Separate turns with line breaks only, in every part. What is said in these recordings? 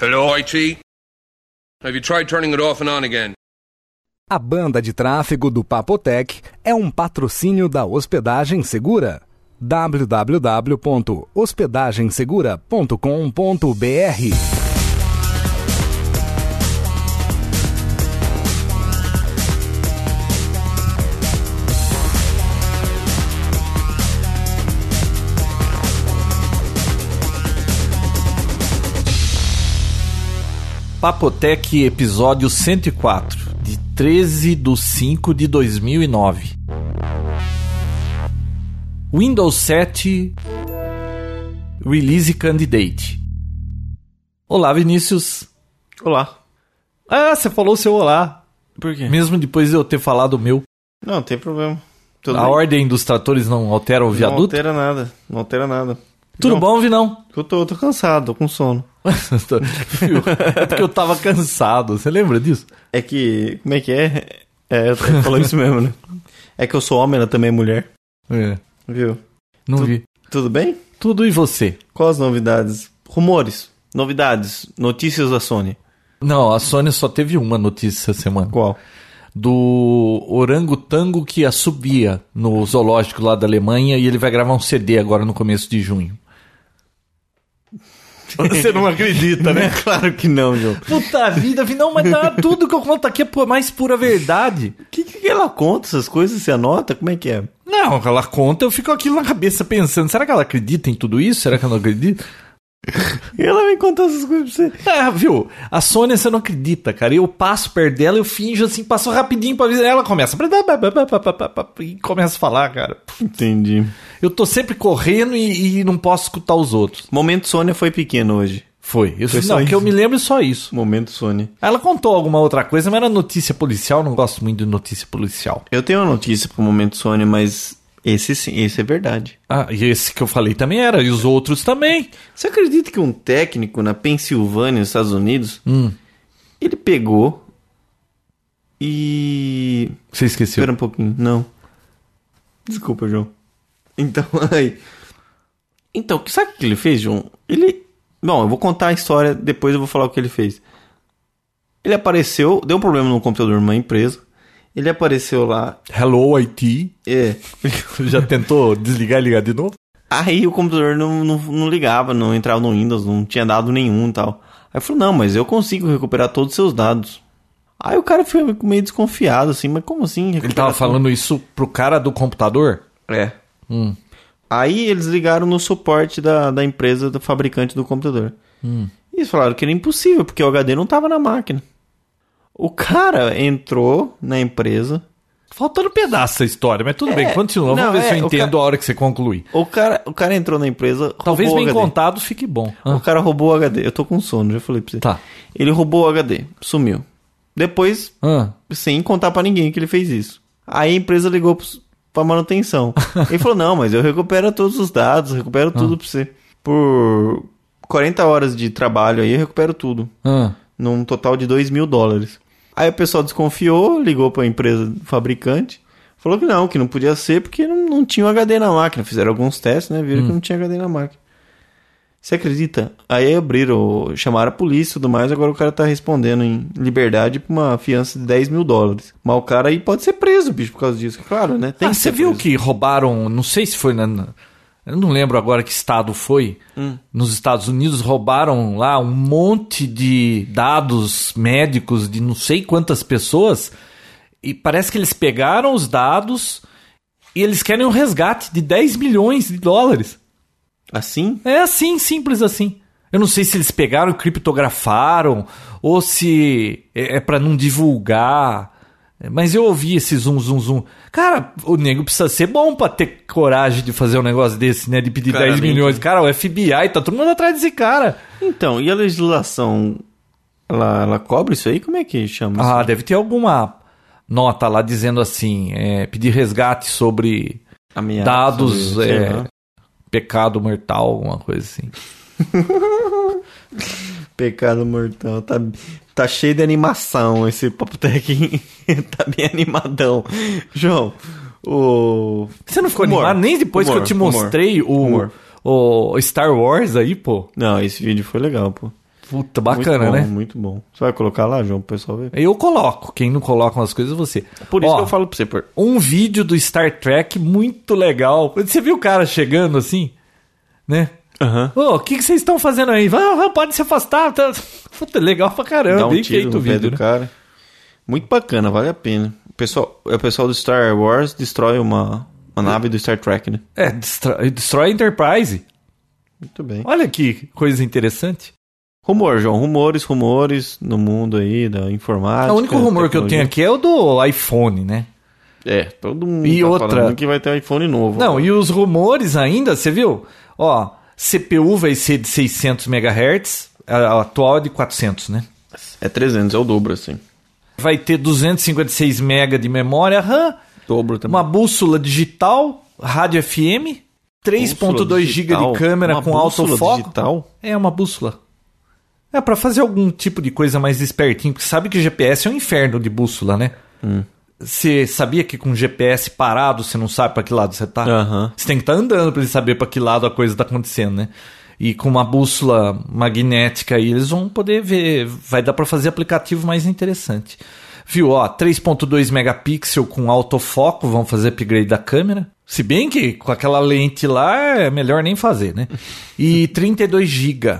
Hello, IT? Have you tried turning it off and on again?
A banda de tráfego do Papotec é um patrocínio da Hospedagem Segura. www.hospedagensegura.com.br
Papotec episódio 104, de 13 de 5 de 2009. Windows 7 Release Candidate. Olá, Vinícius.
Olá. Ah, você falou o seu olá.
Por quê? Mesmo depois de eu ter falado o meu,
Não, não tem problema. Tudo
a
bem.
ordem dos tratores não altera o
Não
viaduto?
altera nada. Não altera nada.
Tudo
Não,
bom, Vinão?
Eu tô, eu tô cansado, tô com sono.
Viu? é porque eu tava cansado. Você lembra disso?
É que. Como é que é? É, eu tô- eu falou isso mesmo, né? É que eu sou homem, ela também é mulher.
É.
Viu?
Não
Tu-
vi.
Tudo bem?
Tudo e você?
Quais as novidades? Rumores. Novidades. Notícias da Sony.
Não, a Sony só teve uma notícia essa semana.
Qual?
do orangotango que assobia no zoológico lá da Alemanha e ele vai gravar um CD agora no começo de junho. Você não acredita, né?
Claro que não, João.
Puta vida, vi- não, mas tá, tudo que eu conto aqui é pô- mais pura verdade.
O que, que ela conta? Essas coisas? Você anota? Como é que é?
Não, ela conta, eu fico aquilo na cabeça pensando, será que ela acredita em tudo isso? Será que ela não acredita?
Ela vai contar essas coisas pra você.
Ah, viu? A Sônia, você não acredita, cara. Eu passo perto dela, eu finjo assim, passo rapidinho pra ver. Ela começa... E começa a falar, cara.
Entendi.
Eu tô sempre correndo e, e não posso escutar os outros.
Momento Sônia foi pequeno hoje.
Foi. Eu,
Foi só
não, que
isso.
eu me lembro é só isso.
Momento Sônia.
Ela contou alguma outra coisa, mas era notícia policial, eu não gosto muito de notícia policial.
Eu tenho uma notícia pro momento Sony, mas esse sim, esse é verdade.
Ah, e esse que eu falei também era, e os outros também.
Você acredita que um técnico na Pensilvânia, nos Estados Unidos,
Hum.
ele pegou e.
Você esqueceu.
Espera um pouquinho, não. Desculpa, João. Então, aí. Então, sabe o que ele fez, João? Ele. Bom, eu vou contar a história, depois eu vou falar o que ele fez. Ele apareceu, deu um problema no computador numa empresa. Ele apareceu lá.
Hello, IT.
É.
Já tentou desligar e ligar de novo?
Aí o computador não, não, não ligava, não entrava no Windows, não tinha dado nenhum e tal. Aí falou, não, mas eu consigo recuperar todos os seus dados. Aí o cara foi meio desconfiado, assim, mas como assim?
Ele tava falando isso pro cara do computador?
É.
Hum.
Aí eles ligaram no suporte da, da empresa, do fabricante do computador.
Hum.
E eles falaram que era impossível, porque o HD não tava na máquina. O cara entrou na empresa,
Faltando um pedaço essa história, mas tudo bem, continua.
não,
Vamos ver se
é,
eu
o
entendo
cara-
a hora que você concluir.
o cara, o cara entrou na empresa,
Talvez
roubou
bem
o HD.
contado fique bom.
O
Ah,
cara roubou o HD. Eu tô com sono, já falei pra você.
Tá.
Ele roubou o HD, sumiu. Depois,
ah.
sem contar pra ninguém que ele fez isso. Aí a empresa ligou pros- pra manutenção. ele falou: Não, mas eu recupero todos os dados, recupero
Ah.
tudo pra você. Por 40 horas de trabalho aí, eu recupero tudo.
ah.
Num total de 2 mil dólares. Aí o pessoal desconfiou, ligou pra empresa fabricante. Falou que não, que não podia ser porque não, não tinha o HD na máquina. Fizeram alguns testes, né? Viram
Hum.
que não tinha HD na máquina. Você acredita? Aí abriram, chamaram a polícia e tudo mais. Agora o cara tá respondendo em liberdade pra uma fiança de 10 mil dólares. Mas o cara aí pode ser preso, bicho, por causa disso. Claro, né?
ah, você
ser
viu
preso.
que roubaram, não sei se foi na- na. Eu não lembro agora que estado foi. Nos Estados Unidos roubaram lá um monte de dados médicos de não sei quantas pessoas. E parece que eles pegaram os dados e eles querem um resgate de 10 milhões de dólares.
Assim?
É assim, simples assim. Eu não sei se eles pegaram, criptografaram, ou se é, é para não divulgar. Mas eu ouvi esse zum, zum, zum. Cara, o nego precisa ser bom pra ter coragem de fazer um negócio desse, né? De pedir
Claramente.
10 milhões. Cara, o FBI tá todo mundo atrás desse cara.
Então, e a legislação? Ela, ela cobre isso aí? Como é que chama isso?
Ah, deve ter alguma nota lá dizendo assim: é, pedir resgate sobre
Ameaça,
dados,
sei
é,
lá.
pecado mortal, alguma coisa assim.
Pecado mortal. Tá, tá cheio de animação esse Papotec. tá bem animadão. João, o.
Você não ficou
Humor.
animado nem depois
Humor,
que eu te
humor.
mostrei
Humor.
o, o Star Wars aí, pô?
Não, esse vídeo foi legal, pô.
Puta, bacana,
muito bom,
né?
Muito bom. Você vai colocar lá, João, pro pessoal ver?
Eu coloco. Quem não coloca umas coisas é você.
Por isso
Ó,
que eu falo pra você, por...
um vídeo do Star Trek muito legal. Você viu o cara chegando assim, né?
Aham.
Ô, o que, que vocês estão fazendo aí? Vai, vai, pode se afastar. Tá... Puta, legal pra caramba.
Dá um
Bem
tiro
feito o
no pé
vídeo,
do
né?
cara. Muito bacana, vale a pena. O pessoal, é o pessoal do Star Wars destrói uma, uma nave do Star Trek, né?
É, destrói, destrói a Enterprise.
Muito bem.
Olha que coisa interessante.
Rumor, João. Rumores, rumores no mundo aí da informática.
É o único rumor que eu tenho
Ah, tecnologia.
aqui é o do iPhone, né?
É, todo mundo
E
tá
outra-
falando que vai ter um iPhone novo.
Não, e os rumores ainda, você viu? Ó, CPU vai ser de 600 MHz, a a atual é de 400, né?
É 300, é o dobro, assim.
Vai ter 256 MB de memória RAM,
Dobro também.
uma bússola digital, rádio FM, 3.2 GB
digital?
de câmera
Uma
com
bússola
autofoco.
digital?
É uma bússola. É pra fazer algum tipo de coisa mais espertinho, porque sabe que o GPS é um inferno de bússola, né?
Hum.
Você sabia que com o GPS parado você não sabe pra que lado você tá?
Aham.
Você tem que estar andando pra ele saber pra que lado a coisa tá acontecendo, né? E com uma bússola magnética aí, eles vão poder ver. Vai dar pra fazer aplicativo mais interessante. Viu, ó, 3.2 megapixel com autofoco, vão fazer upgrade da câmera. Se bem que com aquela lente lá é melhor nem fazer, né? E 32 GB.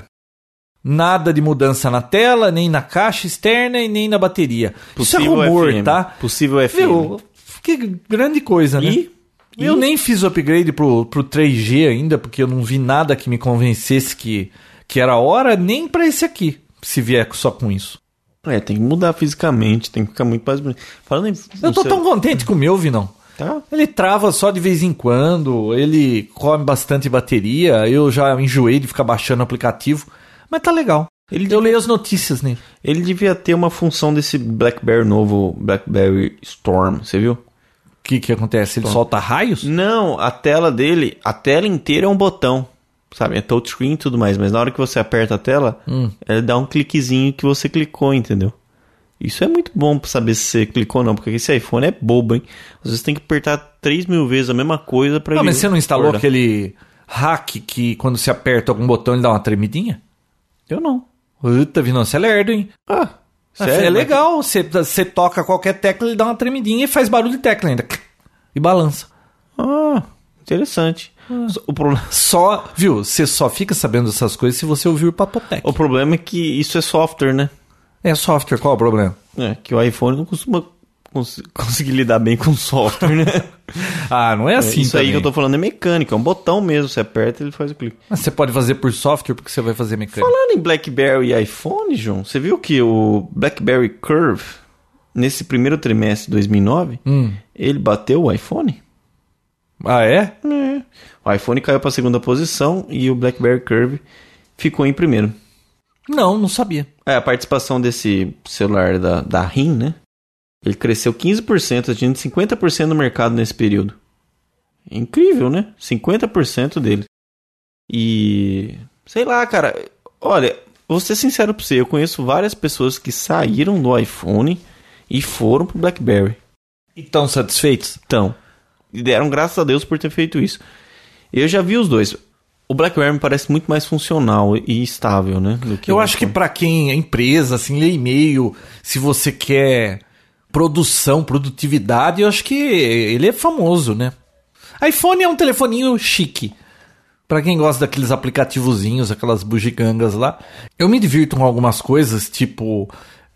Nada de mudança na tela, nem na caixa externa e nem na bateria. Isso é rumor,
FM.
tá?
Possível FM.
Viu? Que grande coisa, né?
E?
Eu nem fiz o upgrade pro, pro 3G ainda, porque eu não vi nada que me convencesse que, que era a hora, nem pra esse aqui, se vier só com isso.
É, tem que mudar fisicamente, tem que ficar muito mais bonito. Falando em.
Eu tô
no
tão
seu-
contente com o meu, Vinão.
Tá?
Ele trava só de vez em quando, ele come bastante bateria, eu já enjoei de ficar baixando o aplicativo, mas tá legal. eu leio as notícias nele.
Ele devia ter uma função desse BlackBerry novo, BlackBerry Storm, você viu?
O que que acontece? Ele solta raios?
Não, a tela dele, a tela inteira é um botão, sabe? É touchscreen e tudo mais, mas na hora que você aperta a tela,
Hum.
ela dá um cliquezinho que você clicou, entendeu? Isso é muito bom pra saber se você clicou ou não, porque esse iPhone é bobo, hein? Às vezes tem que apertar 3 mil vezes a mesma coisa pra
Não,
ele...
Ah, mas você não instalou
acordar.
aquele hack que quando você aperta algum botão ele dá uma tremidinha?
Eu não.
Puta, Vinão, você é lerdo, hein?
Ah,
é
sério?
legal, você, você toca qualquer tecla, ele dá uma tremidinha e faz barulho de tecla ainda. E balança.
Ah, interessante.
Ah.
O problema...
Só, viu, você só fica sabendo dessas coisas se você ouvir o Papotec.
O problema é que isso é software, né?
É software, qual é o problema?
É, que o iPhone não costuma cons- conseguir lidar bem com software, né?
Ah, não é assim
Isso aí que eu tô falando é mecânica, é um botão mesmo, você aperta e ele faz o clique.
Mas você pode fazer por software porque você vai fazer mecânica.
Falando em BlackBerry e iPhone, João, você viu que o BlackBerry Curve, nesse primeiro trimestre de 2009, ele bateu o iPhone?
Ah, é?
É. O iPhone caiu pra segunda posição e o BlackBerry Curve ficou em primeiro.
Não, não sabia.
É, a participação desse celular da, da RIM, né? Ele cresceu 15%, atingindo 50% do mercado nesse período. Incrível, né? 50% dele. E. Sei lá, cara. Olha, vou ser sincero pra você. Eu conheço várias pessoas que saíram do iPhone e foram pro Blackberry.
E tão satisfeitos?
Então. E deram graças a Deus por ter feito isso. Eu já vi os dois. O BlackBerry me parece muito mais funcional e estável, né? do
eu
o
acho que
iPhone.
pra quem é empresa, assim, lê e-mail, se você quer produção, produtividade, eu acho que ele é famoso, né? iPhone é um telefoninho chique. Pra quem gosta daqueles aplicativozinhos, aquelas bugigangas lá, eu me divirto com algumas coisas, tipo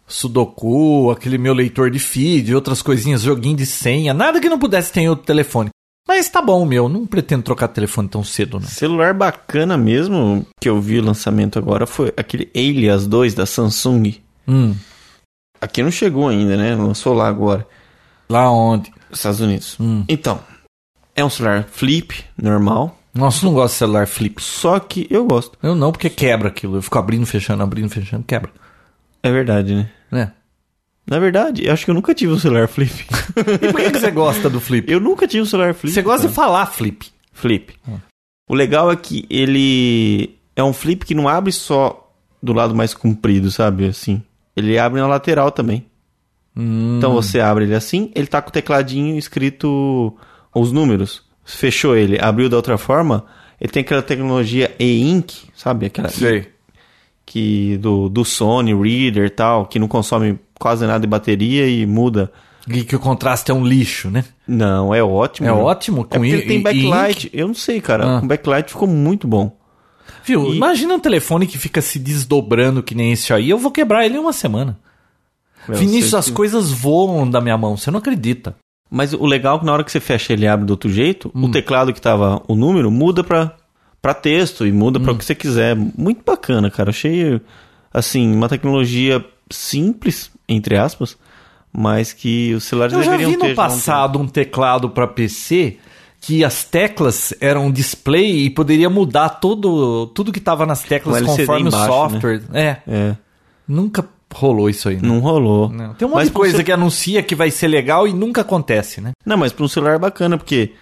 Sudoku, aquele meu leitor de feed, outras coisinhas, joguinho de senha, nada que não pudesse ter em outro telefone. Mas tá bom, meu, não pretendo trocar telefone tão cedo, né?
Celular bacana mesmo que eu vi lançamento agora foi aquele Alias 2 da Samsung.
Hum,
Aqui não chegou ainda, né? Lançou lá agora,
lá onde?
nos Estados Unidos.
Hum.
Então, é um celular flip, normal,
Nossa, eu não gosto de celular flip.
só que eu gosto.
Eu não, porque quebra aquilo. Eu fico abrindo, fechando, abrindo, fechando, quebra.
É verdade, né?
Né?
Na verdade, eu acho que eu nunca tive um celular flip.
E por que, que você gosta do flip?
eu nunca tive um celular flip.
Você gosta
cara.
de falar flip.
Flip.
Hum.
O legal é que ele é um flip que não abre só do lado mais comprido, sabe? Assim. Ele abre na lateral também.
Hum.
Então você abre ele assim, ele tá com o tecladinho escrito os números. Fechou ele, abriu da outra forma, ele tem aquela tecnologia e-ink, sabe? Aquela
Sei.
que do, do Sony, Reader e tal, que não consome quase nada de bateria e muda.
E que o contraste é um lixo, né?
Não, é ótimo.
É
né?
ótimo,
É
com
porque
i-
ele tem
i-
backlight. Eu não sei, cara.
Ah.
Com backlight ficou muito bom.
Viu?
E-
Imagina um telefone que fica se desdobrando que nem esse aí. Eu vou quebrar ele em uma semana.
Eu
Vinícius,
sei
as
que-
coisas voam da minha mão. Você não acredita.
Mas o legal é que na hora que você fecha ele e abre do outro jeito,
Hum.
o teclado que tava o número muda pra, pra texto e muda
Hum.
pra o que você quiser. Muito bacana, cara. Achei, assim, uma tecnologia simples, entre aspas, mas que os celulares
Eu já
deveriam
vi
ter
no
há um tempo.
passado um teclado para PC que as teclas eram um display e poderia mudar todo, tudo que estava nas teclas
Com LCD
conforme
embaixo, né?
o software. É,
É,
nunca rolou isso aí. né?
não rolou.
Não. Tem um monte
Mas
de
pra um
coisa
cel-
que anuncia que vai ser legal e nunca acontece, né?
Não, mas pra um celular é bacana, porque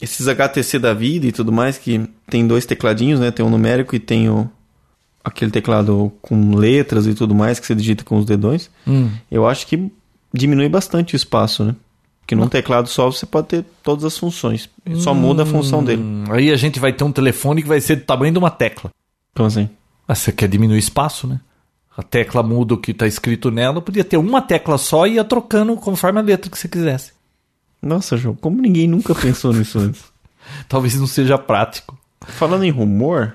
esses HTC da vida e tudo mais, que tem dois tecladinhos, né? Tem o numérico e tem o... aquele teclado com letras e tudo mais, que você digita com os dedões.
Hum.
Eu acho que diminui bastante o espaço, né? Porque num teclado só você pode ter todas as funções. Só muda a função dele.
Hum, Aí a gente vai ter um telefone que vai ser do tamanho de uma tecla.
Então assim.
Ah, você quer diminuir espaço, né? A tecla muda o que está escrito nela, podia ter uma tecla só e ia trocando conforme a letra que você quisesse.
Nossa, João, como ninguém nunca pensou nisso antes.
Talvez não seja prático.
Falando em rumor,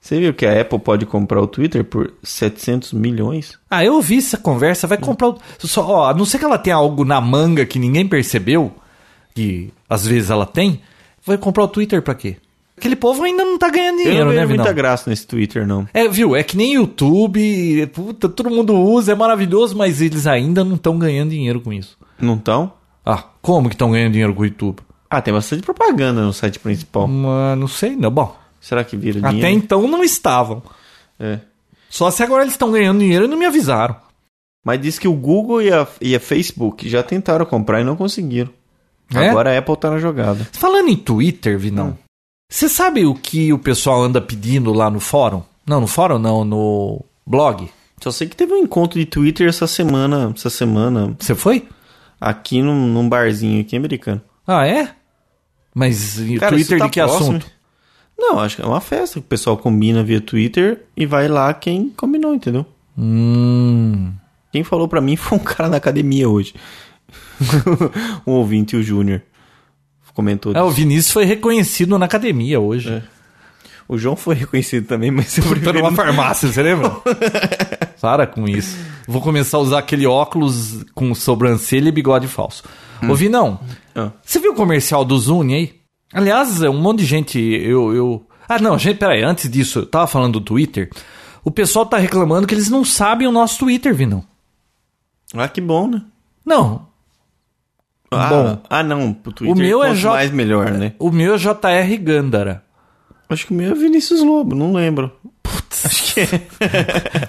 você viu que a Apple pode comprar o Twitter por 700 milhões?
Ah, eu ouvi essa conversa, vai comprar o... Só, ó, a não ser que ela tenha algo na manga que ninguém percebeu, que às vezes ela tem, vai comprar o Twitter pra quê? Aquele povo ainda não tá ganhando
Eu
dinheiro,
não
né,
vejo
Vinão?
muita graça nesse Twitter, não.
É, viu? É que nem YouTube, puta, todo mundo usa, é maravilhoso, mas eles ainda não estão ganhando dinheiro com isso.
Não estão?
Ah, como que estão ganhando dinheiro com o YouTube?
Ah, tem bastante propaganda no site principal.
Mas não sei, não. Bom,
Será que vira
até
dinheiro?
então não estavam.
É.
Só se agora eles estão ganhando dinheiro e não me avisaram.
Mas diz que o Google e a, e a Facebook já tentaram comprar e não conseguiram.
É?
Agora a Apple tá na jogada.
Falando em Twitter, Vinão, você sabe o que o pessoal anda pedindo lá no fórum? Não, no fórum não, no blog.
Só sei que teve um encontro de Twitter essa semana, essa semana,
Você foi?
aqui num, num barzinho aqui americano.
Ah, é? Mas e
Cara, isso
Twitter
tá
de que
próximo.
assunto?
Não, acho que é uma festa que o pessoal combina via Twitter e vai lá quem combinou, entendeu?
Hum.
Quem falou pra mim foi um cara na academia hoje. um ouvinte, o Júnior. Comentou.
É, o Vinícius foi reconhecido na academia hoje.
O João foi reconhecido também, mas eu
Tá
prefiro
numa
não-
farmácia, você lembra? Para com isso. Vou começar a usar aquele óculos com sobrancelha e bigode falso. Ô, Vinão,
Ah.
você viu o comercial do Zune aí? Aliás, é um monte de gente. Eu. eu... Ah, não, gente, peraí. Antes disso, eu tava falando do Twitter. O pessoal tá reclamando que eles não sabem o nosso Twitter, Vinão.
Ah, que bom, né?
Não.
Ah,
Bom.
ah não, pro Twitter.
O meu é
quanto
J-
mais melhor, né?
O meu é JR Gandara.
Acho que o meu é Vinícius Lobo, não lembro.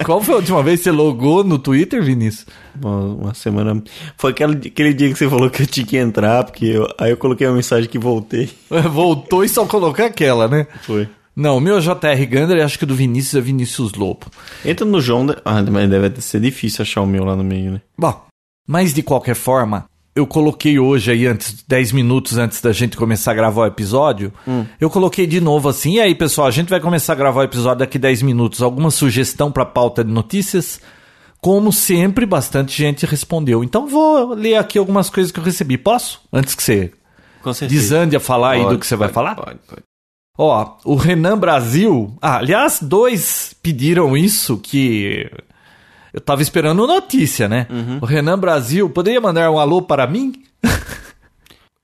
Qual foi a última vez que você logou no Twitter, Vinícius?
Uma, uma semana. Foi aquele, aquele dia que você falou que eu tinha que entrar, porque eu- aí eu coloquei uma mensagem que voltei.
Voltou e só colocou aquela, né?
Foi.
Não, o meu é JR Gander e acho que o do Vinícius é Vinícius Lobo.
Entra no João. da- Ah, mas deve ser difícil achar o meu lá no meio, né?
Bom, mas de qualquer forma, eu coloquei hoje aí, antes, 10 minutos antes da gente começar a gravar o episódio, eu coloquei de novo assim, e aí pessoal, a gente vai começar a gravar o episódio daqui 10 minutos. Alguma sugestão para pauta de notícias? Como sempre, bastante gente respondeu. Então vou ler aqui algumas coisas que eu recebi. Posso? Antes que você
Com certeza.
desande a falar aí do que você vai falar? Ó, o Renan Brasil. Ah, aliás, dois pediram isso que. Eu tava esperando notícia, né?
Uhum.
O Renan Brasil, poderia mandar um alô para mim?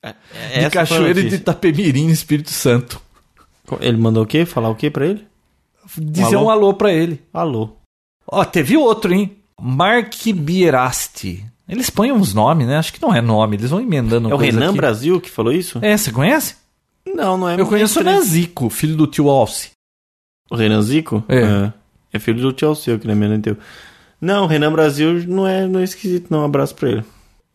de Cachoeira de Itapemirim, Espírito Santo.
Ele mandou o quê? Falar o quê pra ele?
Dizer
alô?
um alô para ele.
Alô.
Ó, teve outro, hein? Mark Bierasti. Eles põem uns nomes, né? Acho que não é nome, eles vão emendando
é o
coisa
Renan
aqui.
Brasil que falou isso?
É, você conhece?
Não, não é.
Eu conheço o Nazico, filho do tio Alce.
O Renan Zico?
É.
É, É filho do Chelsea, que não é menos teu. Não, o Renan Brasil não é, não é esquisito, não. Um abraço pra ele.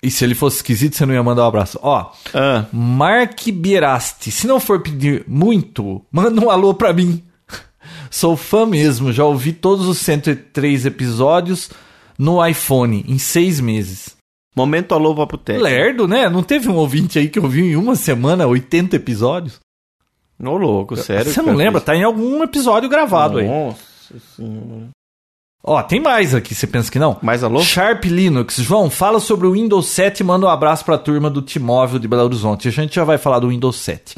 E se ele fosse esquisito, você não ia mandar um abraço. Ó,
Ah,
Mark Bierasti. Se não for pedir muito, manda um alô pra mim. Sou fã mesmo, já ouvi todos os 103 episódios no iPhone em seis meses.
momento alô, papo técnico.
Lerdo, né? Não teve um ouvinte aí que ouviu em uma semana 80 episódios?
Ô, louco, sério.
Você não
cara,
lembra?
isso.
Tá em algum episódio gravado aí.
Nossa. Nossa senhora.
Ó, tem mais aqui, você pensa que não?
Mais alô?
Sharp Linux. João, fala sobre o Windows 7 e manda um abraço pra turma do Timóvel de Belo Horizonte. A gente já vai falar do Windows 7.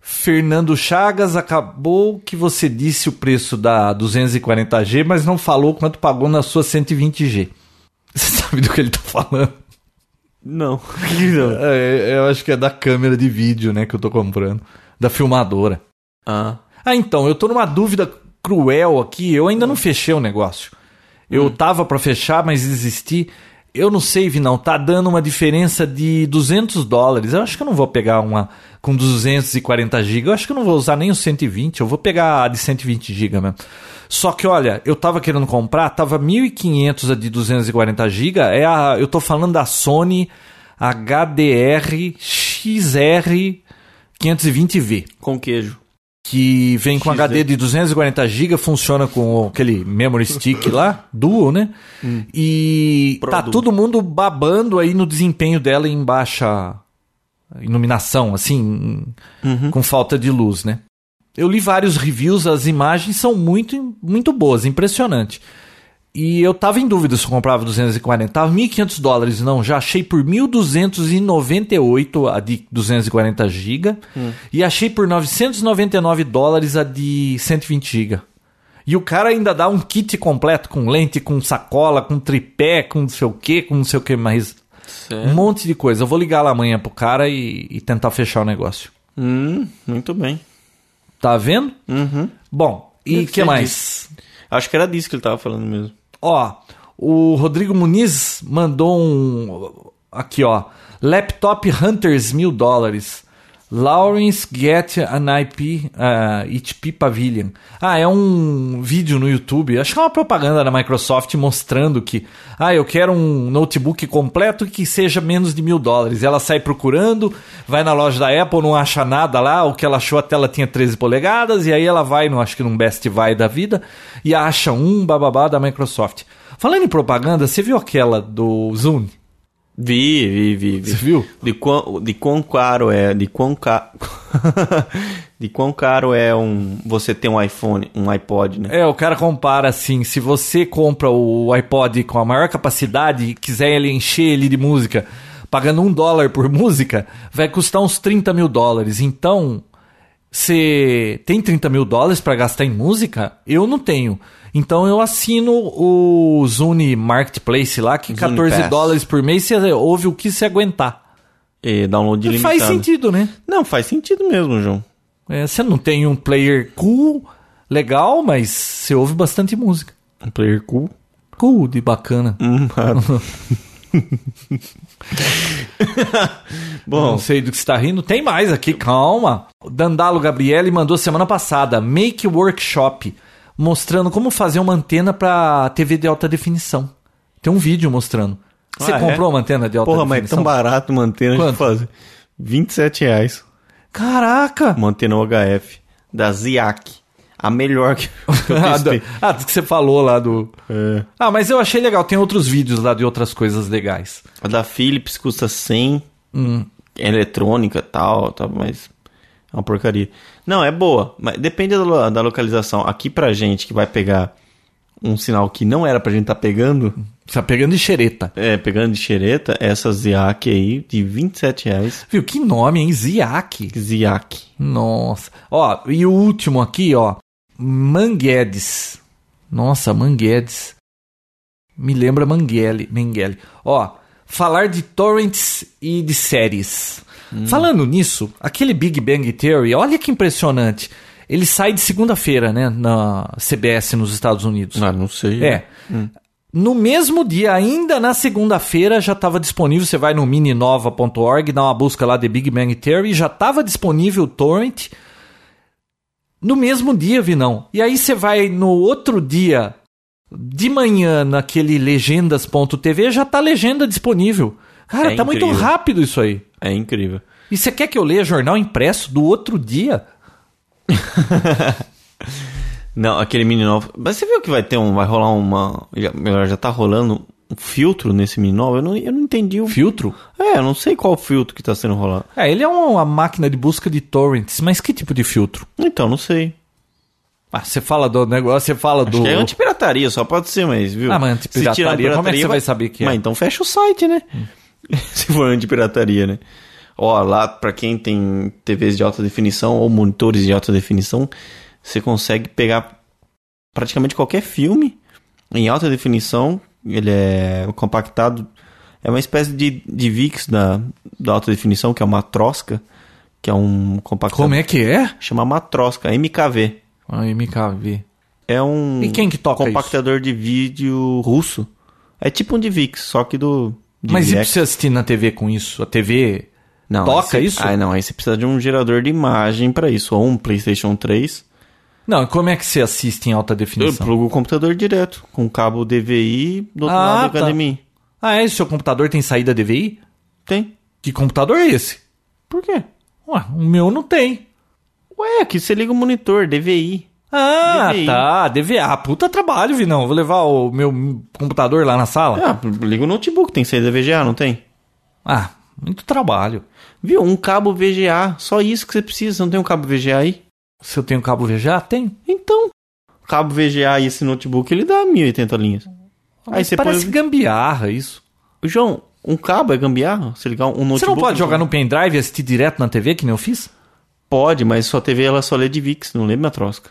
Fernando Chagas, acabou que você disse o preço da 240G, mas não falou quanto pagou na sua 120G. Você sabe do que ele tá falando?
Não. Que não.
É, eu acho que é da câmera de vídeo, né, que eu tô comprando. Da filmadora.
Ah.
Ah, então, eu tô numa dúvida cruel aqui. Eu ainda não fechei o negócio. Eu tava pra fechar, mas desisti. Eu não sei, Vinão, tá dando uma diferença de 200 dólares. Eu acho que eu não vou pegar uma com 240 GB. Eu acho que eu não vou usar nem o 120, eu vou pegar a de 120 GB mesmo. Só que olha, eu tava querendo comprar, tava 1500 a de 240 GB, é a eu tô falando da Sony HDR XR 520V
Com queijo.
que vem com
XZ.
HD de 240 GB, funciona com aquele memory stick lá, dual, né? E
Pro
tá
dual.
todo mundo babando aí no desempenho dela em baixa iluminação, assim, com falta de luz, né? Eu li vários reviews, as imagens são muito, muito boas, impressionante. E eu tava em dúvida se eu comprava 240, tava 1.500 dólares, não, já achei por 1.298 a de 240 GB
Hum.
e achei por 999 dólares a de 120 GB. E o cara ainda dá um kit completo com lente, com sacola, com tripé, com não sei o que, com não sei o que mais. Um monte de coisa. Eu vou ligar lá amanhã pro cara e- e tentar fechar o negócio.
Hum, muito bem.
Tá vendo?
Uhum.
Bom, e
Eu
que
sei
mais?
Acho que era disso que ele tava falando mesmo.
Ó, o Rodrigo Muniz mandou um. Aqui, ó. Laptop Hunters, mil dólares. Lawrence Get an IP, ah, HP Pavilion. Ah, é um vídeo no YouTube. Acho que é uma propaganda da Microsoft mostrando que. Ah, eu quero um notebook completo que seja menos de mil dólares. Ela sai procurando, vai na loja da Apple, não acha nada lá. O que ela achou, a tela tinha 13 polegadas. E aí ela vai, não acho que num Best Buy da vida, e acha um bababá da Microsoft. Falando em propaganda, você viu aquela do Zune?
Vi, vi, vi, vi.
Você viu?
De quão, de quão caro é, de quão ca... de quão caro é um você ter um iPhone, um iPod, né?
É, o cara compara assim, se você compra o iPod com a maior capacidade e quiser ele encher ele de música, pagando um dólar por música, vai custar uns 30 mil dólares. Então, você tem 30 mil dólares pra gastar em música? Eu não tenho. Então eu assino o Zune Marketplace lá, que
Zune
14
Pass.
dólares por mês você ouve o que você aguentar.
E download ilimitado.
Faz sentido, né?
Não, faz sentido mesmo, João.
É, você não tem um player cool, legal, mas você ouve bastante música.
Um player cool.
Cool, de bacana.
Hum, ah.
Não
Bom,
sei do que está rindo. Tem mais aqui, calma. O Dandalo Gabriele mandou semana passada Make Workshop mostrando como fazer uma antena para TV de alta definição. Tem um vídeo mostrando. Você
Ah, é?
comprou uma antena de alta
porra, mas é
definição?
tão barato uma antena
Quanto?
de fazer. 27 reais.
Caraca!
Uma antena UHF da Ziac. A melhor que eu
Ah, do-
testei.
ah, do que você falou lá do.
É.
Ah, mas eu achei legal. Tem outros vídeos lá de outras coisas legais. Hum,
A da Philips custa 100. É Eletrônica e tal, tá, mas é uma porcaria. Não, é boa, mas depende da, lo- da localização. Aqui pra gente que vai pegar um sinal que não era pra gente tá pegando,
Você tá pegando de xereta.
é, pegando de xereta, essa Ziac aí de 27 reais.
Viu? Que nome, hein? Ziak.
Ziac.
Nossa. Ó, e o último aqui, ó. Manguedes. Nossa, Manguedes. Me lembra Manguele. Mengele. Ó, falar de torrents e de séries. Falando nisso, aquele Big Bang Theory, olha que impressionante. Ele sai de segunda-feira, né? Na CBS nos Estados Unidos.
Ah, não sei.
É. No mesmo dia, ainda na segunda-feira, já estava disponível. Você vai no mininova.org, dá uma busca lá de Big Bang Theory, já estava disponível o torrent. No mesmo dia, Vinão. E aí você vai no outro dia, de manhã, naquele legendas.tv, já tá a legenda disponível. Cara,
É
tá
incrível.
muito rápido isso aí.
É incrível.
E você quer que eu leia jornal impresso do outro dia?
Não, aquele mini novo. Mas você viu que vai ter um. Vai rolar uma. já- melhor, já tá rolando um filtro nesse mini novo? Eu não, eu não entendi o.
Filtro?
É, eu não sei qual filtro que tá sendo rolado.
É, ele é uma máquina de busca de torrents, mas que tipo de filtro?
Então, não sei.
Ah, você fala do negócio, você fala
Acho
do.
que é antipirataria, só pode ser, mas, viu?
Ah, mas antipirataria,
Se tirar a
como é que você vai saber que é? Hum.
Mas então fecha o site, né? Se for antipirataria, né? Ó, lá pra quem tem TVs de alta definição ou monitores de alta definição, você consegue pegar praticamente qualquer filme em alta definição. Ele é compactado. É uma espécie de, de VIX da, da alta definição, que é uma trosca, que é um compactador.
Como é que é?
Chama matrosca, MKV.
Ah, MKV.
É um
E quem que toca
compactador de vídeo russo. É tipo um DivX, só que do de
Mas e pra
VX.
você assistir na TV com isso? A TV.
não,
toca
aí
isso?
você- Ah, não, aí você precisa de um gerador de imagem pra isso, ou um PlayStation 3.
Não, como é que você assiste em alta
Eu
definição?
plugo o computador direto com cabo DVI do outro
Ah,
lado
tá.
do HDMI.
Ah, é? Seu computador tem saída DVI?
Tem?
Que computador é esse?
Por quê?
Ué, o meu não tem.
Ué, aqui você liga o monitor DVI.
Ah,
DVI.
tá. DVA. Puta trabalho, Vinão. Vou levar o meu computador lá na sala.
Ah, liga o notebook, tem saída VGA, não tem?
Ah, muito trabalho.
Viu? Um cabo VGA, só isso que você precisa, não tem um cabo VGA aí?
Se eu tenho cabo VGA, tem.
Então, cabo VGA e esse notebook, ele dá 1080 linhas. Aí
Mas
você
parece
põe-
gambiarra isso.
João, um cabo é gambiarra? Você ligar um notebook...
Você não pode jogar no pendrive e assistir direto na TV, que nem eu fiz?
Pode, mas sua TV ela só lê de VIX, não lê Matrosca.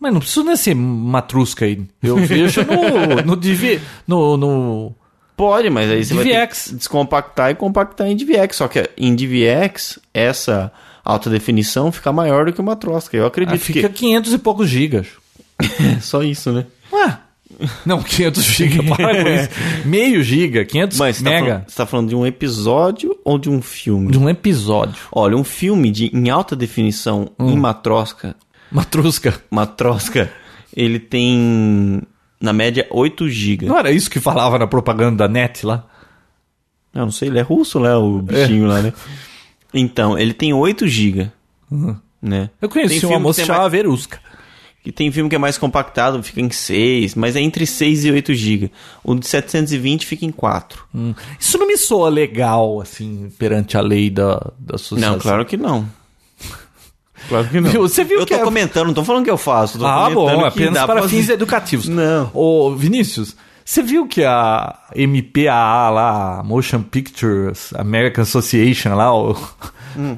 Mas não preciso nesse matrusca aí. Eu vejo no. no, DV, no, no-
Pode, mas aí você vai ter
DVX.
que descompactar e compactar em DVX. Só que em DVX, essa alta definição fica maior do que uma Matrosca. Eu
Ah,
acredito
fica
que
500 e poucos gigas.
é só isso, né?
Ué. Não, 500 giga, para com isso. Meio giga, 500
Mas você tá,
mega.
falando, você tá falando de um episódio ou de um filme?
De um episódio.
Olha, um filme de, em alta definição,
Hum.
em Matrosca,
Matrusca.
Matrosca, ele tem, na média, 8 GB.
Não era isso que falava na propaganda da net lá?
Eu não sei, ele é russo, né? O bichinho lá, né? Então, ele tem 8 GB, né?
Uhum. Eu um conheci uma
Tem filme
moça
que
que
tem
chamava Verusca.
E tem filme que é mais compactado, fica em 6, mas é entre 6 e 8 GB. O de 720 fica em 4.
Hum. Isso não me soa legal, assim, perante a lei da, da sociedade.
Não, claro que não. Claro que
Viu?
não.
Você viu
eu
que
tô
é-
comentando, não tô falando que eu faço. Tô
Ah,
comentando
bom,
que dá
apenas para
pra-
fins educativos.
Não.
Ô, Vinícius, você viu que a MPAA lá, a Motion Pictures American Association lá, o-
Hum.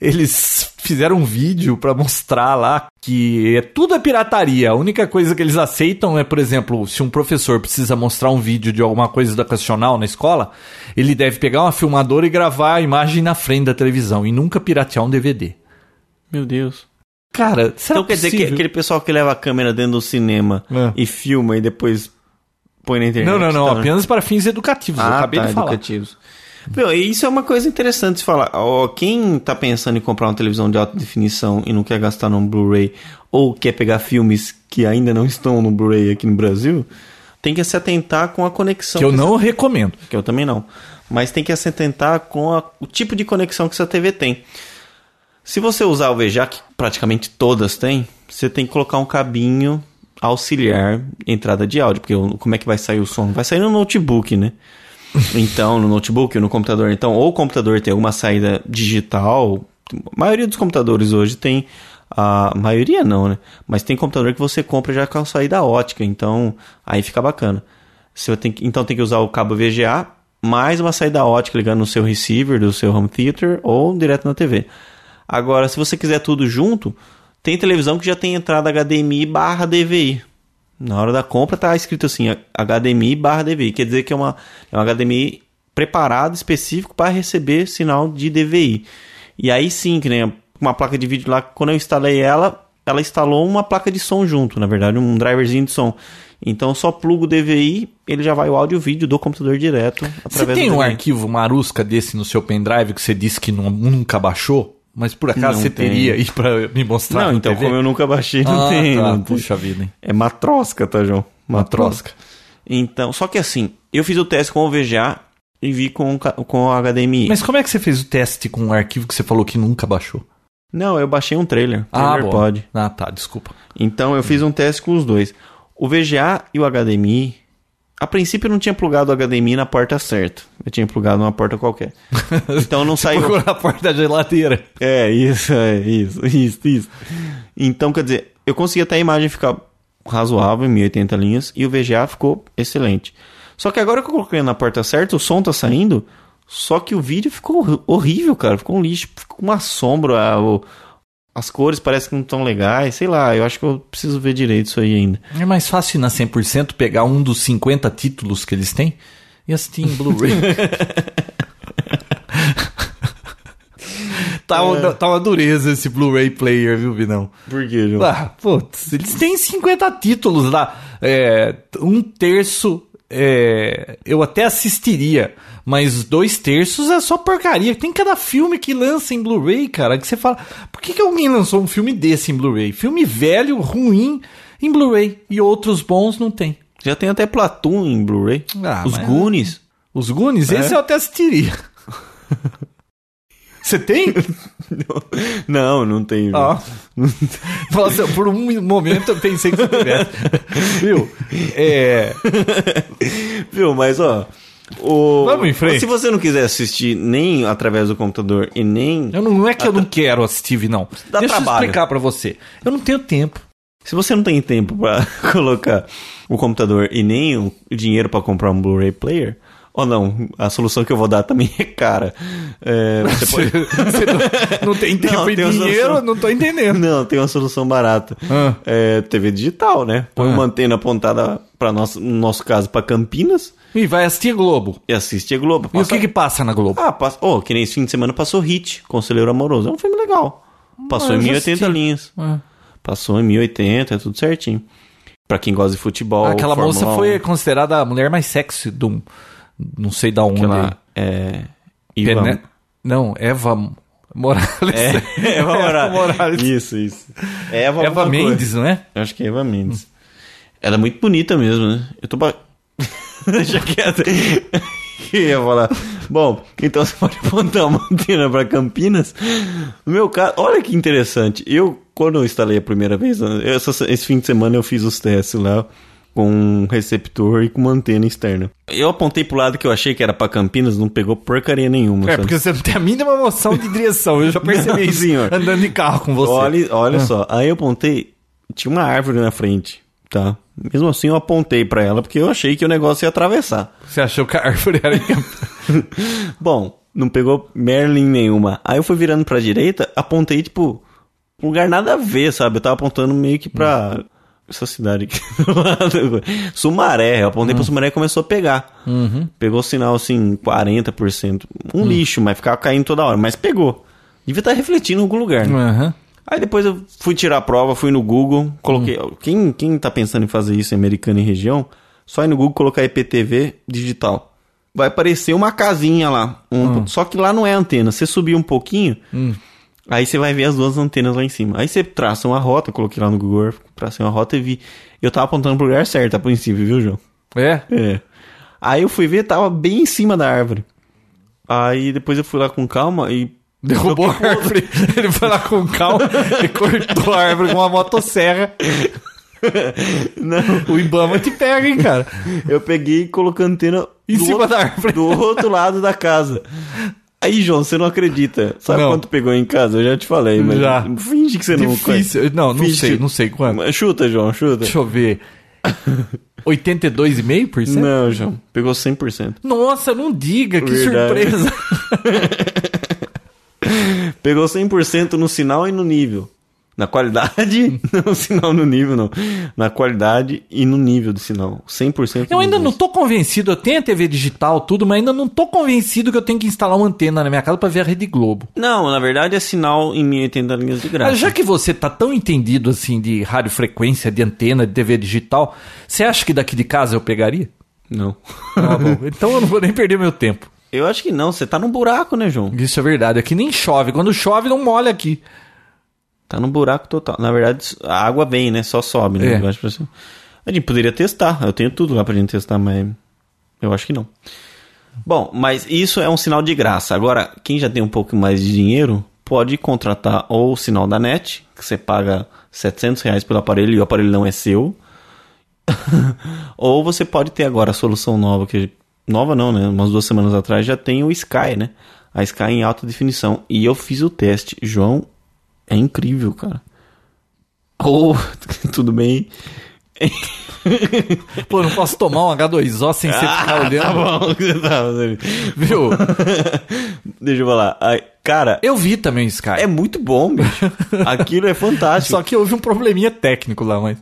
eles fizeram um vídeo para mostrar lá que é, tudo é pirataria. A única coisa que eles aceitam é, por exemplo, se um professor precisa mostrar um vídeo de alguma coisa educacional na escola, ele deve pegar uma filmadora e gravar a imagem na frente da televisão e nunca piratear um DVD.
Meu Deus.
Cara, será
Então quer dizer que
possível?
aquele pessoal que leva a câmera dentro do cinema
É.
e filma e depois põe na internet.
Não, não, não.
tá, né? Ah, tá,
apenas para fins educativos. eu acabei de falar.
educativos. Meu, e isso é uma coisa interessante de falar. Ó, quem tá pensando em comprar uma televisão de alta definição e não quer gastar num Blu-ray ou quer pegar filmes que ainda não estão no Blu-ray aqui no Brasil, tem que se atentar com a conexão.
Que eu não recomendo.
que eu também não. Mas tem que se atentar com a- o tipo de conexão que essa TV tem. Se você usar o VGA, que praticamente todas têm, você tem que colocar um cabinho auxiliar entrada de áudio, porque o- como é que vai sair o som? Vai sair no notebook, né? Então, no notebook, no computador. Então, ou o computador tem alguma saída digital. A maioria dos computadores hoje tem. A maioria não, né? Mas tem computador que você compra já com a saída ótica. Então, aí fica bacana. Você tem que- então, tem que usar o cabo VGA mais uma saída ótica ligando no seu receiver do seu home theater ou direto na TV. Agora, se você quiser tudo junto, tem televisão que já tem entrada HDMI barra DVI. Na hora da compra tá escrito assim, HDMI barra DVI. Quer dizer que é, uma, é um HDMI preparado específico para receber sinal de DVI. E aí sim, que nem uma placa de vídeo lá, quando eu instalei ela, ela instalou uma placa de som junto, na verdade, um driverzinho de som. Então eu só plugo o DVI, ele já vai o áudio e o vídeo do computador direto
Você
através
tem
do
um
DVI.
arquivo marusca desse no seu pendrive que você disse que nu- nunca baixou? Mas por acaso
Não
você
tem.
teria aí pra me mostrar?
Não,
na
então,
TV?
como eu nunca baixei, não
Ah,
tem.
tá.
não tem.
Puxa vida, hein?
É matrosca, tá, João? Matrosca. Então, só que assim, eu fiz o teste com o VGA e vi com, o ca- com o HDMI.
Mas como é que você fez o teste com um arquivo que você falou que nunca baixou?
Não, eu baixei um trailer. trailer
bom.
pode.
Ah, tá, desculpa.
Então, eu fiz um teste com os dois. O VGA e o HDMI, A princípio eu não tinha plugado o HDMI na porta certa. Eu tinha plugado numa porta qualquer. Então não saiu.
Procura a porta da geladeira.
É, isso, é, isso, isso, isso. Então, quer dizer, eu consegui até a imagem ficar razoável, em 1080 linhas, e o VGA ficou excelente. Só que agora que eu coloquei na porta certa, o som tá saindo, só que o vídeo ficou hor- horrível, cara. Ficou um lixo, ficou uma sombra, a- o- as cores parecem que não estão legais, sei lá, eu acho que eu preciso ver direito isso aí ainda.
É mais fácil ir na 100% pegar um dos 50 títulos que eles têm e assistir em Blu-ray. tá,
É.
uma, tá uma dureza esse Blu-ray player, viu, Vinão?
Por quê, João?
Ah, putz, eles têm 50 títulos lá. É, um terço é, eu até assistiria, mas dois terços é só porcaria. Tem cada filme que lança em Blu-ray, cara, que você fala: por que, que alguém lançou um filme desse em Blu-ray? Filme velho, ruim em Blu-ray e outros bons não tem.
Já tem até Platoon em Blu-ray.
Ah,
Os
mas-
Goonies.
Os Goonies, esse eu até assistiria. Você tem?
Não, não tem. João.
Ah. Fala assim, por um momento eu pensei que você tivesse. Viu? É.
Viu, mas ó. o-
Vamos em frente.
Se você não quiser assistir nem através do computador e nem.
Eu não, não é que eu não quero assistir, não.
Dá
Deixa eu
trabalho.
explicar pra você. Eu não tenho tempo.
Se você não tem tempo pra colocar o computador e nem o dinheiro pra comprar um Blu-ray player, ou não, a solução que eu vou dar também é cara. É, você pode-
Você não, não tem tempo
Não,
e
tem os
dinheiro,
outros-
não tô entendendo.
Não, tem uma solução barata.
Ah.
É TV digital, né? Põe
Ah.
uma antena apontada para nosso, no nosso caso para Campinas
E vai assistir Globo.
e assiste a Globo.
E o que que passa na Globo?
Ah, passa... oh, que nem esse fim de semana passou Hit, Conselheiro Amoroso. É um filme legal. Passou
eu
em
já
1080
assisti.
linhas.
Ah,
Passou em 1080, é tudo certinho. Pra quem gosta de futebol.
Aquela
Fórmula
moça
1,
foi considerada a mulher mais sexy do. Não sei da onde.
Aquela. É. Ivan-
Pene- Não, Eva Morales.
É, Eva Morales. Isso, isso. É Eva,
Eva
alguma coisa.
Mendes, não é?
Eu acho que é Eva Mendes. Ela é muito bonita mesmo, né? Eu tô. Ba... Deixa quieto. Eu ia falar. Bom, então você pode apontar uma antena pra Campinas. No meu caso, olha que interessante. Eu, quando eu instalei a primeira vez, essa- esse fim de semana eu fiz os testes lá com um receptor e com uma antena externa. Eu apontei pro lado que eu achei que era pra Campinas, não pegou porcaria nenhuma.
É,
sabe?
porque você não tem a mínima noção de direção. Eu já percebi
Não,
isso
senhor.
andando de carro com você.
Olha, olha só, aí eu apontei, tinha uma árvore na frente, tá? Mesmo assim eu apontei pra ela porque eu achei que o negócio ia atravessar.
Você achou que a árvore era em Campinas?
Bom, não pegou Merlin nenhuma. Aí eu fui virando pra direita, apontei tipo pra um lugar nada a ver, sabe? Eu tava apontando meio que pra essa cidade aqui do lado. Sumaré, eu apontei pra Sumaré e começou a pegar. Pegou o sinal assim 40%, um lixo, mas ficava caindo toda hora, mas pegou. Devia estar refletindo em algum lugar, né?
Aham.
Aí depois eu fui tirar a prova, fui no Google, coloquei. Quem, quem tá pensando em fazer isso em americana e região, só ir no Google colocar IPTV digital. Vai aparecer uma casinha lá. um- Só que lá não é antena. Você subir um pouquinho, aí você vai ver as duas antenas lá em cima. Aí você traça uma rota, eu coloquei lá no Google, Earth, tracei uma rota e vi. Eu tava apontando pro lugar certo a princípio, viu, João?
É?
É. Aí eu fui ver, tava bem em cima da árvore. Aí depois eu fui lá com calma e
Derrubou a árvore. Ele foi lá com calma e cortou a árvore com uma motosserra. Não. O Ibama te pega, hein, cara.
Eu peguei e coloquei a antena
Em
do
cima
outro-
da árvore.
Do outro lado da casa. Aí, João, você não acredita. Sabe
Não.
quanto pegou em casa? Eu já te falei, mas.
Já.
Finge que você não
Difícil. Não, não
Finge
sei,
que-
não sei quanto.
Chuta, João, chuta.
Deixa eu ver. 82,5%?
Não, João. Pegou 100%.
Nossa, não diga, que
Verdade.
surpresa.
Pegou 100% no sinal e no nível. Na qualidade. não, sinal no nível, não. Na qualidade e no nível do sinal. 100%.
Eu
nos
ainda não
dois.
tô convencido, eu tenho a TV digital, tudo, mas ainda não tô convencido que eu tenho que instalar uma antena na minha casa pra ver a Rede Globo.
Não, na verdade é sinal em 1080 linhas de graça.
Mas já que você tá tão entendido assim de radiofrequência, de antena, de TV digital, você acha que daqui de casa eu pegaria?
Não.
Ah, bom. Então eu não vou nem perder meu tempo.
Eu acho que não. Você tá num buraco, né, João?
Isso é verdade. Aqui nem chove. Quando chove, não molha aqui.
Tá no buraco total. Na verdade, a água vem, né? Só sobe, né?
É.
Eu acho que assim. A gente poderia testar. Eu tenho tudo lá pra gente testar, mas eu acho que não. Bom, mas isso é um sinal de graça. Agora, quem já tem um pouco mais de dinheiro, pode contratar ou o sinal da NET, que você paga 700 reais pelo aparelho e o aparelho não é seu. Ou você pode ter agora a solução nova, que nova não, né? Umas duas semanas atrás já tem o Sky, né? A Sky em alta definição. E eu fiz o teste. João, é incrível, cara. Ou, tudo bem.
Pô, eu não posso tomar um H2O sem você ficar
Tá
olhando,
bom, tá,
viu?
deixa eu falar. Ai, Cara,
Eu vi também Sky.
é muito bom, bicho. Aquilo é fantástico.
Só que houve um probleminha técnico lá, mas.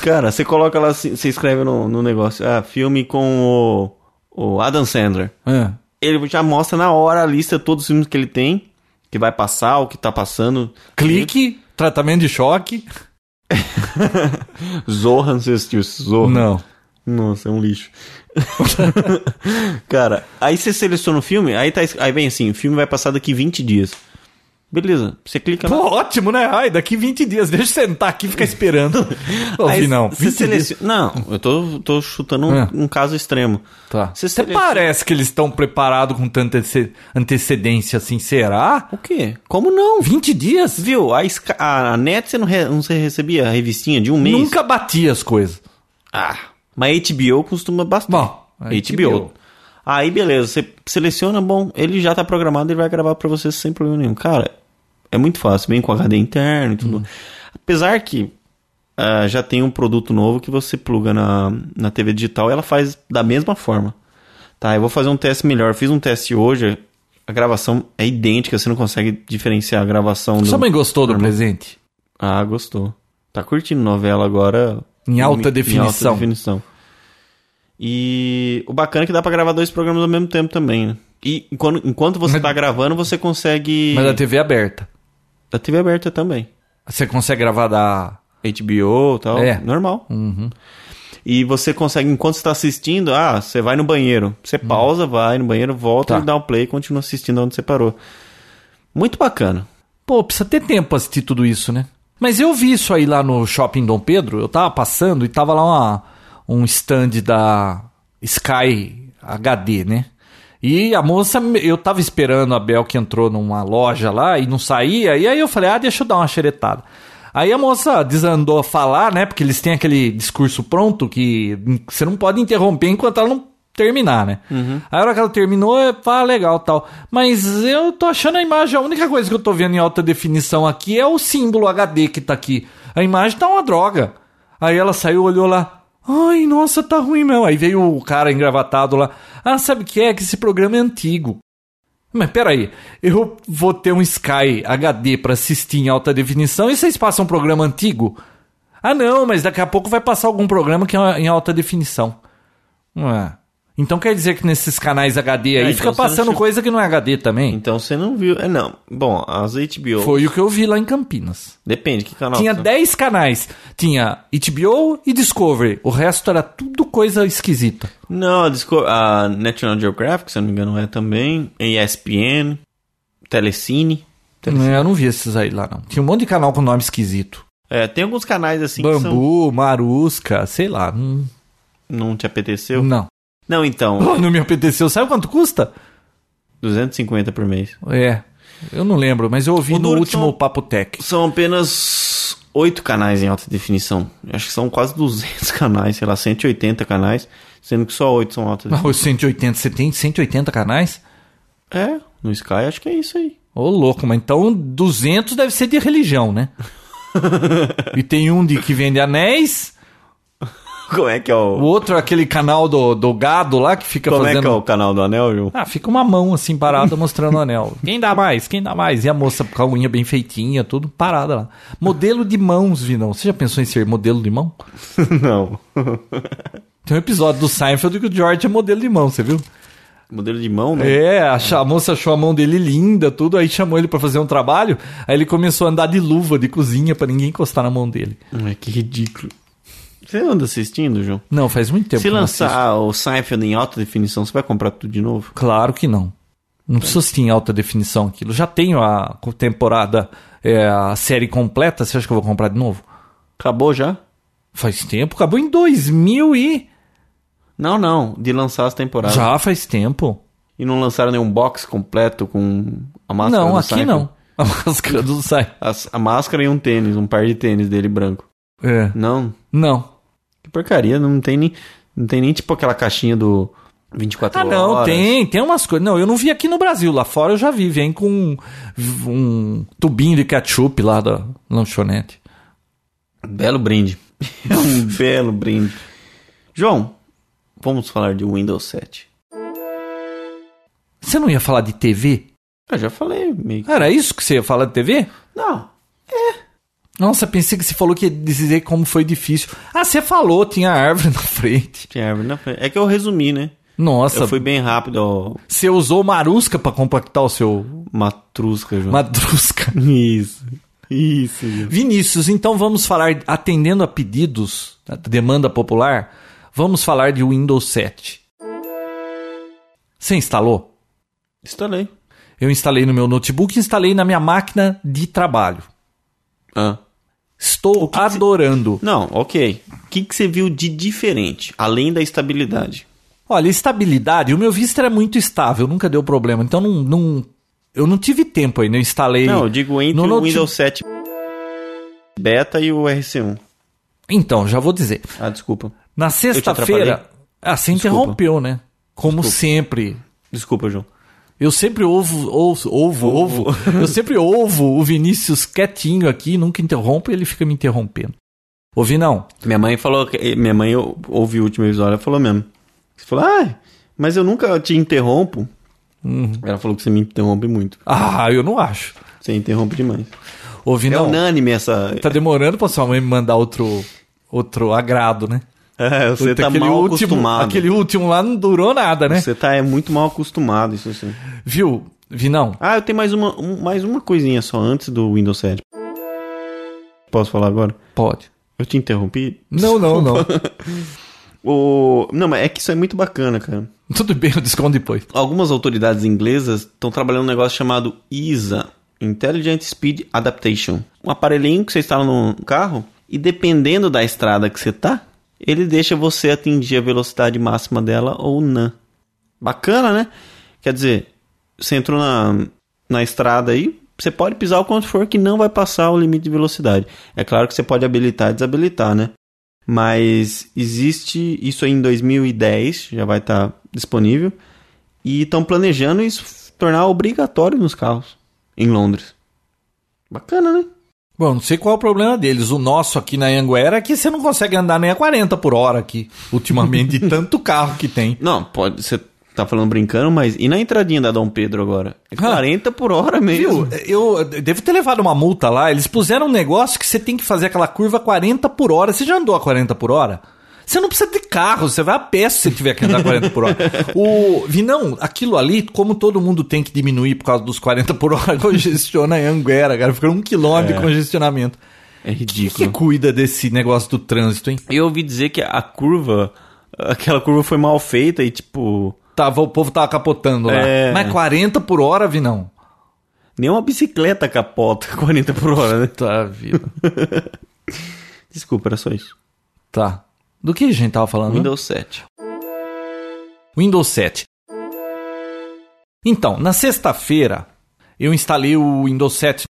Cara, você coloca lá, assim, você escreve no, no negócio, ah, filme com o, o Adam Sandler.
Ah,
Ele já mostra na hora a lista de todos os filmes que ele tem, que vai passar, o que tá passando.
Clique, tratamento de choque.
Zohan, você assistiu esse Zohan?
Não.
Nossa, é um lixo. Cara, aí você seleciona o filme, aí, tá, es- aí vem assim, o filme vai passar daqui 20 dias. Beleza, você clica lá.
Pô, ótimo, né? Ai, daqui 20 dias, deixa eu sentar aqui e ficar esperando. Ô,
Aí
Vi, não. 20
Você
dias.
seleciona... Não, eu tô, tô chutando um,
Ah.
um caso extremo.
Tá.
Você
Você
seleciona-
parece que eles estão preparados com tanta antece- antecedência assim, será?
O quê? Como não?
20 dias?
Viu? A, Sky- a a net você não, re- não você recebia a revistinha de um mês?
Nunca bati as coisas.
Ah, mas HBO costuma bastante.
Bom, a
HBO.
HBO.
Aí beleza, você seleciona, bom, ele já tá programado, ele vai gravar pra você sem problema nenhum. Cara, é muito fácil, bem com HD interno e tudo. Apesar que ah, já tem um produto novo que você pluga na, na TV digital e ela faz da mesma forma. Tá, eu vou fazer um teste melhor. Eu Fiz um teste hoje, a gravação é idêntica, você não consegue diferenciar a gravação
Sua
do.
mãe gostou do presente?
Ah, gostou. Tá curtindo novela agora.
Em alta
Em
definição.
alta definição. E o bacana é que dá pra gravar dois programas ao mesmo tempo também, né? E enquanto, enquanto você
Mas-
tá gravando, você consegue.
Mas da TV é aberta.
Da TV aberta também.
Você consegue gravar da.
HBO e tal.
É.
Normal. E você consegue, enquanto você tá assistindo, ah, você vai no banheiro. Você pausa, vai no banheiro, volta,
Uhum. Tá.
e dá um play e continua assistindo onde você parou. Muito bacana.
Pô, precisa ter tempo pra assistir tudo isso, né? Mas eu vi isso aí lá no Shopping Dom Pedro. Eu tava passando e tava lá uma- um stand da Sky HD, né? E a moça, me- eu tava esperando a Bel que entrou numa loja lá e não saía. E aí eu falei, ah, deixa eu dar uma xeretada. Aí a moça desandou a falar, né? Porque eles têm aquele discurso pronto que você não pode interromper enquanto ela não terminar, né? A hora que ela terminou, é pá, legal tal. Mas eu tô achando a imagem, a única coisa que eu tô vendo em alta definição aqui é o símbolo HD que tá aqui. A imagem tá uma droga. Aí ela saiu, olhou lá. Ai, nossa, tá ruim mesmo. Aí veio o cara engravatado lá. Ah, sabe o que é? Que esse programa é antigo. Mas peraí, eu vou ter um Sky HD pra assistir em alta definição e vocês passam um programa antigo? Ah não, mas daqui a pouco vai passar algum programa que é em alta definição. Ué. Então quer dizer que nesses canais HD aí
É, então
fica
você não
passando
chegou-
coisa que não é HD também?
Então você não viu. É, não. Bom, as HBO.
Foi o que eu vi lá em Campinas.
Depende, que canal.
Tinha
que você-
10 canais. Tinha HBO e Discovery. O resto era tudo coisa esquisita.
Não, a, Disco- a National Geographic, se eu não me engano, é também. ESPN, Telecine.
Eu não vi esses aí lá, não. Tinha um monte de canal com nome esquisito.
É, tem alguns canais assim que são-
Bambu, Marusca, sei lá. Hum,
não te apeteceu.
não.
Não, então,
Oh, não me apeteceu. Sabe quanto custa?
250 por mês.
É. Eu não lembro, mas eu ouvi
O
no
duro que
último
são-
Papo Tech.
São apenas oito canais em alta definição. Eu Acho que são quase 200 canais, sei lá, 180 canais, sendo que só oito são alta
Ah,
definição.
os 180, você tem 180 canais?
É, no Sky acho que é isso aí.
Ô, louco, mas então 200 deve ser de religião, né? e tem um de que vende anéis,
Como é que é
o
o
outro é aquele canal do, do gado lá que fica
Como é que é
fazendo...
o canal do Anel, João?
Ah, fica uma mão assim parada mostrando o anel. Quem dá mais? Quem dá mais? E a moça com a unha bem feitinha, tudo parada lá. Modelo de mãos, Vinão. Você já pensou em ser modelo de mão?
Não.
Tem um episódio do Seinfeld que o George é modelo de mão, você viu?
Modelo de mão, né?
É, a, cha- a moça achou a mão dele linda, tudo, aí chamou ele pra fazer um trabalho, aí ele começou a andar de luva de cozinha pra ninguém encostar na mão dele.
Ai, que ridículo. Você anda assistindo, João?
Não, faz muito tempo.
Se
que eu não assisto.
lançar o Seinfeld em alta definição, você vai comprar tudo de novo?
Claro que não. Não precisa assistir em alta definição aquilo. Já tenho a co- temporada, é, a série completa, você acha que eu vou comprar de novo?
Acabou já?
Faz tempo, acabou em 2000 e...
Não, não. De lançar as temporadas.
Já faz tempo.
E não lançaram nenhum box completo com a máscara
Não,
do
aqui
Seinfeld?
não. A máscara do sai.
As- a máscara e um tênis, um par de tênis dele branco.
É.
Não.
Não.
Que porcaria, não tem nem, não tem nem tipo aquela caixinha do 24
Ah,
horas.
não, tem, tem umas coisas. Não, eu não vi aqui no Brasil, lá fora eu já vi, vem com um, um tubinho de ketchup lá da lanchonete.
Belo brinde. É um belo brinde. João, vamos falar de Windows 7.
Você não ia falar de TV?
Eu já falei meio que.
Era isso que você ia falar de TV?
Não.
Nossa, pensei que você falou que ia dizer como foi difícil. Ah, você falou, tinha árvore na frente.
Tinha árvore na frente. É que eu resumi, né?
Nossa,
Eu fui bem rápido, ó.
você usou marusca pra compactar o seu
Matrusca, João.
madrusca.
Isso. Isso, João.
Vinícius, então vamos falar, atendendo a pedidos, a demanda popular, vamos falar de Windows 7. Você instalou?
Instalei.
Eu instalei no meu notebook e instalei na minha máquina de trabalho.
Ah.
Estou adorando.
Não, ok. O que, que você viu de diferente, além da estabilidade?
Olha, estabilidade, o meu Vista era muito estável, nunca deu problema. Então não, não- eu não tive tempo ainda, eu instalei.
Não, eu digo entre
No
o
note-
Windows 7 Beta e o RC1.
Então, já vou dizer.
Ah, desculpa.
Na
atrapalhei?
sexta-feira, ah, você
Desculpa.
interrompeu, né? Como sempre.
Desculpa, João.
Eu sempre ouvo, ouço, ovo, ovo. Eu sempre ouvo o Vinícius quietinho aqui, nunca interrompo e ele fica me interrompendo. Ouvi não.
Minha mãe falou. que- Minha mãe ou- ouviu o último episódio, ela falou mesmo. Você falou, ah, mas eu nunca te interrompo.
Uhum.
Ela falou que você me interrompe muito.
Ah, eu não acho.
Você interrompe demais.
Ouvi
É
não.
unânime essa.
Tá demorando pra sua mãe me mandar outro, outro agrado, né?
É, você
Puta,
tá
aquele
mal
último,
acostumado.
Aquele último lá não durou nada, né?
Você tá é, muito mal acostumado, isso sim.
Viu? Vi não.
Ah, eu tenho mais uma, um- mais uma coisinha só antes do Windows 7. Posso falar agora?
Pode.
Eu te interrompi?
Não, não, não.
O... Não, mas é que isso é muito bacana, cara.
Tudo bem, eu desconto depois.
Algumas autoridades inglesas estão trabalhando um negócio chamado ISA Intelligent Speed Adaptation. Um aparelhinho que você instala no carro e dependendo da estrada que você tá, ele deixa você atingir a velocidade máxima dela ou não. Bacana, né? Quer dizer, você entrou na, na estrada aí, você pode pisar o quanto for que não vai passar o limite de velocidade. É claro que você pode habilitar e desabilitar, né? Mas existe isso aí em 2010, já vai estar disponível. E estão planejando isso f- tornar obrigatório nos carros em Londres. Bacana, né?
Bom, não sei qual é o problema deles. O nosso aqui na Anguera é que você não consegue andar nem a 40 por hora aqui, ultimamente, de tanto carro que tem.
Não, pode. Você tá falando brincando, mas. E na entradinha da Dom Pedro agora? É 40 por hora mesmo.
Viu? Eu eu devo ter levado uma multa lá. Eles puseram um negócio que você tem que fazer aquela curva 40 por hora. Você já andou a 40 por hora? Você não precisa de carro, você vai a pé se você tiver que andar 40 por hora. O Vinão, aquilo ali, como todo mundo tem que diminuir por causa dos 40 por hora, congestiona a Anguera, cara. Fica um quilômetro de congestionamento.
É
Quem que
ridículo.
cuida desse negócio do trânsito, hein?
Eu ouvi dizer que a curva. Aquela curva foi mal feita e, tipo.
Tava, o povo tava capotando lá.
É.
Mas 40 por hora, Vinão.
Nem uma bicicleta capota 40 por hora, né?
Tá, vida.
Desculpa, era só isso.
tá. Do que a gente tava falando? né?
Windows 7.
Windows 7. Então, na sexta-feira, eu instalei o Windows 7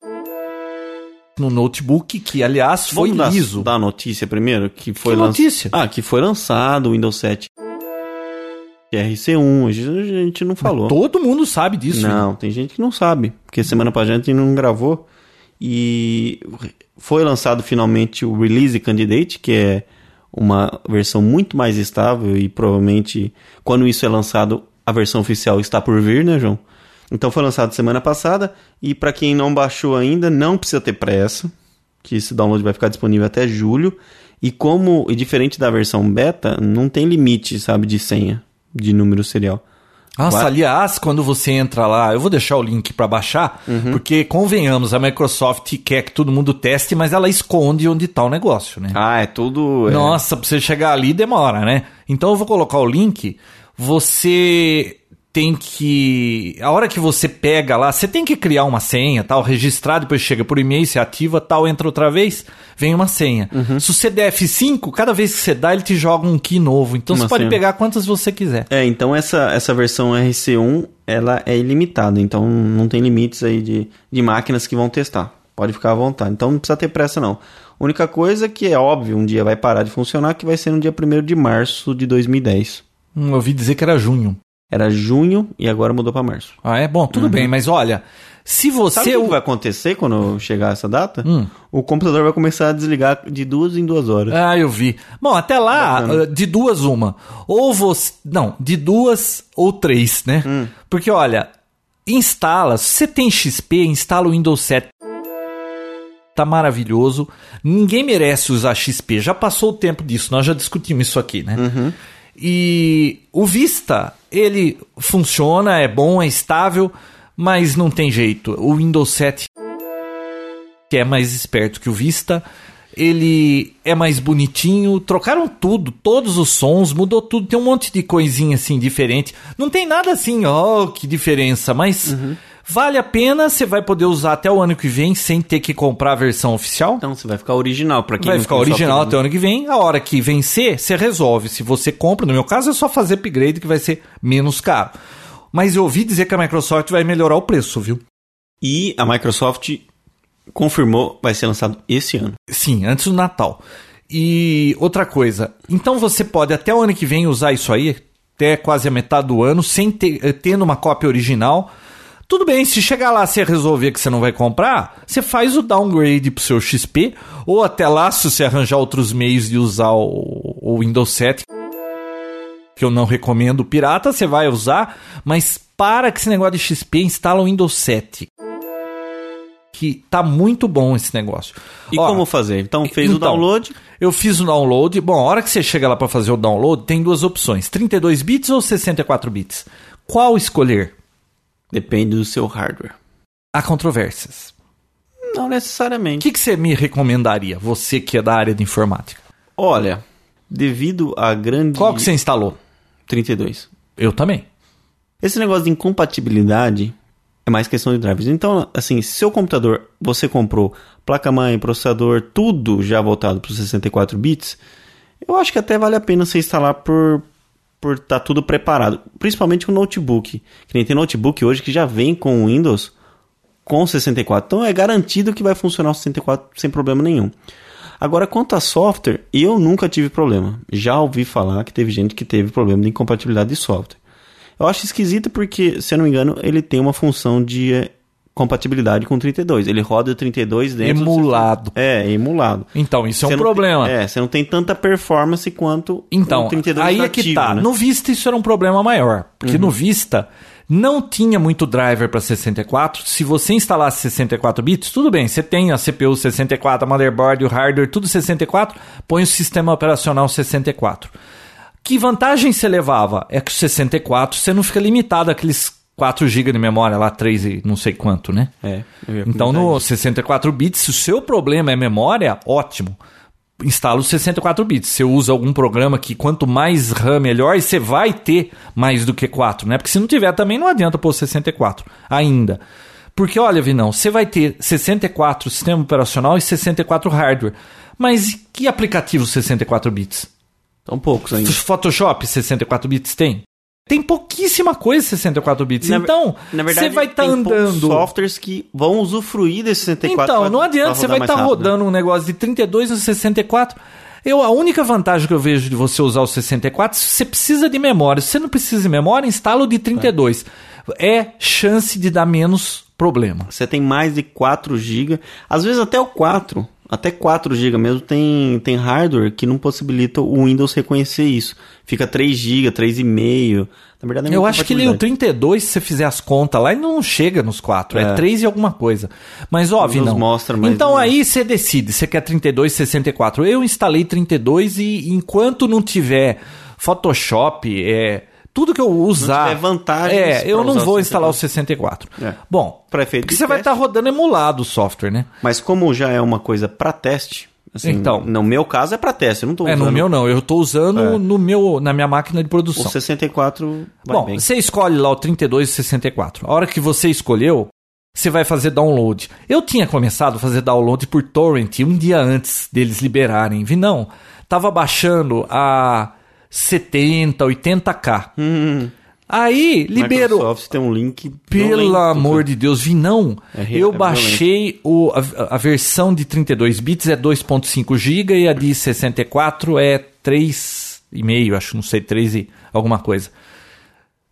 no notebook, que aliás foi
Vamos dar-
liso.
dar a notícia primeiro que foi
Que
lan-
notícia?
Ah, que foi lançado o Windows 7 RC1, a gente- a gente não falou.
Todo mundo sabe disso. hein?
Não, tem gente que não sabe, porque semana pra gente não gravou e foi lançado finalmente o Release Candidate, que é uma versão muito mais estável e provavelmente quando isso é lançado a versão oficial está por vir, né, João? Então foi lançado semana passada e pra quem não baixou ainda, não precisa ter pressa, que esse download vai ficar disponível até julho. E como e diferente da versão beta, não tem limite, sabe, de senha, de número serial.
Nossa,
Vai-
aliás, quando você entra lá, eu vou deixar o link pra baixar,
Uhum.
porque convenhamos, a Microsoft quer que todo mundo teste, mas ela esconde onde tá o negócio, né?
Ah, é tudo é,
Nossa, pra você chegar ali demora, né? Então eu vou colocar o link. Você tem que. A hora que você pega lá, você tem que criar uma senha, tal, registrar, depois chega por e-mail, você ativa, tal, entra outra vez, vem uma senha.
Uhum.
Se você der F5, cada vez que você dá, ele te joga um key novo. Então
Uma
você pode
senha.
pegar quantas você quiser.
É, então essa, essa versão RC1 ela é ilimitada, então não tem limites aí de, de máquinas que vão testar. Pode ficar à vontade. Então não precisa ter pressa, não. A única coisa que é óbvio, um dia vai parar de funcionar, que vai ser no dia 1 de março de 2010.
Hum, eu ouvi dizer que era junho.
Era junho e agora mudou para março.
Ah, é bom, tudo bem, mas olha, se
Uhum. Sabe
você.
o que vai acontecer quando chegar essa data?
Hum.
O computador vai começar a desligar de duas em duas horas.
Ah, eu vi. Bom, até lá,
Bacana.
ah, de duas, uma. Ou você. Não, de duas ou três, né? Porque, olha, instala. Se você tem XP, instala o Windows 7. Tá maravilhoso. Ninguém merece usar XP. Já passou o tempo disso. Nós já discutimos isso aqui, né? E o Vista, ele funciona, é bom, é estável, mas não tem jeito. O Windows 7 que é mais esperto que o Vista. Ele é mais bonitinho, trocaram tudo, todos os sons, mudou tudo, tem um monte de coisinha assim diferente. Não tem nada assim, ó, que diferença, mas
Uhum.
vale a pena, você vai poder usar até o ano que vem sem ter que comprar a versão oficial.
Então você vai ficar original para quem
vai
não
ficar
tem
original até
software,
o
né?
ano que vem. A hora que vencer, você resolve. Se você compra, no meu caso, é só fazer upgrade que vai ser menos caro. Mas eu ouvi dizer que a Microsoft vai melhorar o preço, viu?
E a Microsoft confirmou, vai ser lançado esse ano.
Sim, antes do Natal. E outra coisa, então você pode até o ano que vem usar isso aí, até quase a metade do ano, sem ter, eh, tendo uma cópia original. Tudo bem, se chegar lá você resolver que você não vai comprar, você faz o downgrade pro seu XP, ou até lá, se você arranjar outros meios de usar o, o Windows 7, que eu não recomendo pirata, você vai usar, mas para com esse negócio de XP, instala o Windows 7. Que tá muito bom esse negócio.
E
Ó,
como fazer? Então fez o
então,
download,
eu fiz o download. Bom, a hora que você chega lá para fazer o download, tem duas opções: 32 bits ou 64 bits. Qual escolher?
depende do seu hardware.
Há controvérsias.
Não necessariamente.
O que, que você me recomendaria, você que é da área de informática?
Olha, devido à grande
Qual que você instalou?
32.
Eu também.
Esse negócio de incompatibilidade é mais questão de drivers. Então, assim, se seu computador você comprou placa-mãe, processador, tudo já voltado para os 64 bits, eu acho que até vale a pena você instalar por por estar tudo preparado, principalmente com notebook. Que nem tem notebook hoje que já vem com Windows com 64. Então é garantido que vai funcionar o 64 sem problema nenhum. Agora, quanto a software, eu nunca tive problema. Já ouvi falar que teve gente que teve problema de incompatibilidade de software. Eu acho esquisito porque, se eu não me engano, ele tem uma função de eh, compatibilidade com 32. Ele roda o 32 dentro. do seu-
Emulado.
É, emulado.
Então, isso é
Você
um
não
problema.
tem- é, você não tem tanta performance quanto
Então,
o 32
aí é
nativo,
que tá.
né? Uhum.
No Vista isso era um problema maior, porque no Vista não tinha muito driver para 64. Se você instalasse 64 bits, tudo bem, você tem a CPU 64, a motherboard, o hardware, tudo 64, põe o sistema operacional 64. Que vantagem você levava? É que o 64 você não fica limitado àqueles 4 GB de memória lá, 3 e não sei quanto, né?
É, eu ia
Então,
comentar
no 64 bits, se o seu problema é memória, ótimo. Instala o 64 bits. Você usa algum programa que quanto mais RAM melhor, e você vai ter mais do que 4, né? Porque se não tiver também não adianta pôr 64 ainda. Porque olha, Vinão, você vai ter 64 sistema operacional e 64 hardware. Mas que aplicativo 64 bits?
São poucos ainda.
Photoshop 64 bits tem? Tem pouquíssima coisa 64 bits.
Na ver-
então,
Na verdade,
você vai estar
tem poucos
andando.
softwares que vão usufruir desse 64.
Então,
pra-
não adianta,
pra
você
rodar
vai
mais
estar
rápido, né?
rodando um negócio de 32 no 64. Eu, a única vantagem que eu vejo de você usar o 64, se você precisa de memória, se você não precisa de memória, instala o de 32. É chance de dar menos problema.
Você tem mais de 4 GB. Às vezes até o 4, até 4 GB mesmo, tem, tem hardware que não possibilita o Windows reconhecer isso. Fica 3 GB, 3,5. Na verdade, é
Eu
uma
acho que ele, o
incompatibilidade.
32, se você fizer as contas lá, ele não chega nos 4. É,
É.
3 e alguma coisa. Mas, ó,
Nos
não.
mostra, um. mas
então
não-
aí você decide, você quer 32, 64. Eu instalei 32 e enquanto não tiver Photoshop, é, tudo que eu usar...
tiver vantagens
É,
pra
eu não
usar o
vou instalar o 64.
É.
Bom,
Pra efeito
porque
de
você vai estar
teste.
rodando emulado o software, né?
Mas como já é uma coisa pra teste, assim,
Então.
no meu caso é pra teste, eu não tô
É,
usando É.
no meu não. Eu estou usando no meu, na minha máquina de
o
produção.
64 vai
Bom,
bem.
você escolhe lá o 32 e 64. A hora que você escolheu, você vai fazer download. Eu tinha começado a fazer download por torrent um dia antes deles liberarem. Vi não, tava baixando a 70, 80k.
Hum,
Aí liberou.
Microsoft tem um link.
Pelo
violento,
amor
cara.
de Deus, vi não.
É re- é
eu
violento.
baixei o, a, a versão de 32 bits é 2.5 GB e a de 64 é 3,5, acho, não sei, 3 e alguma coisa.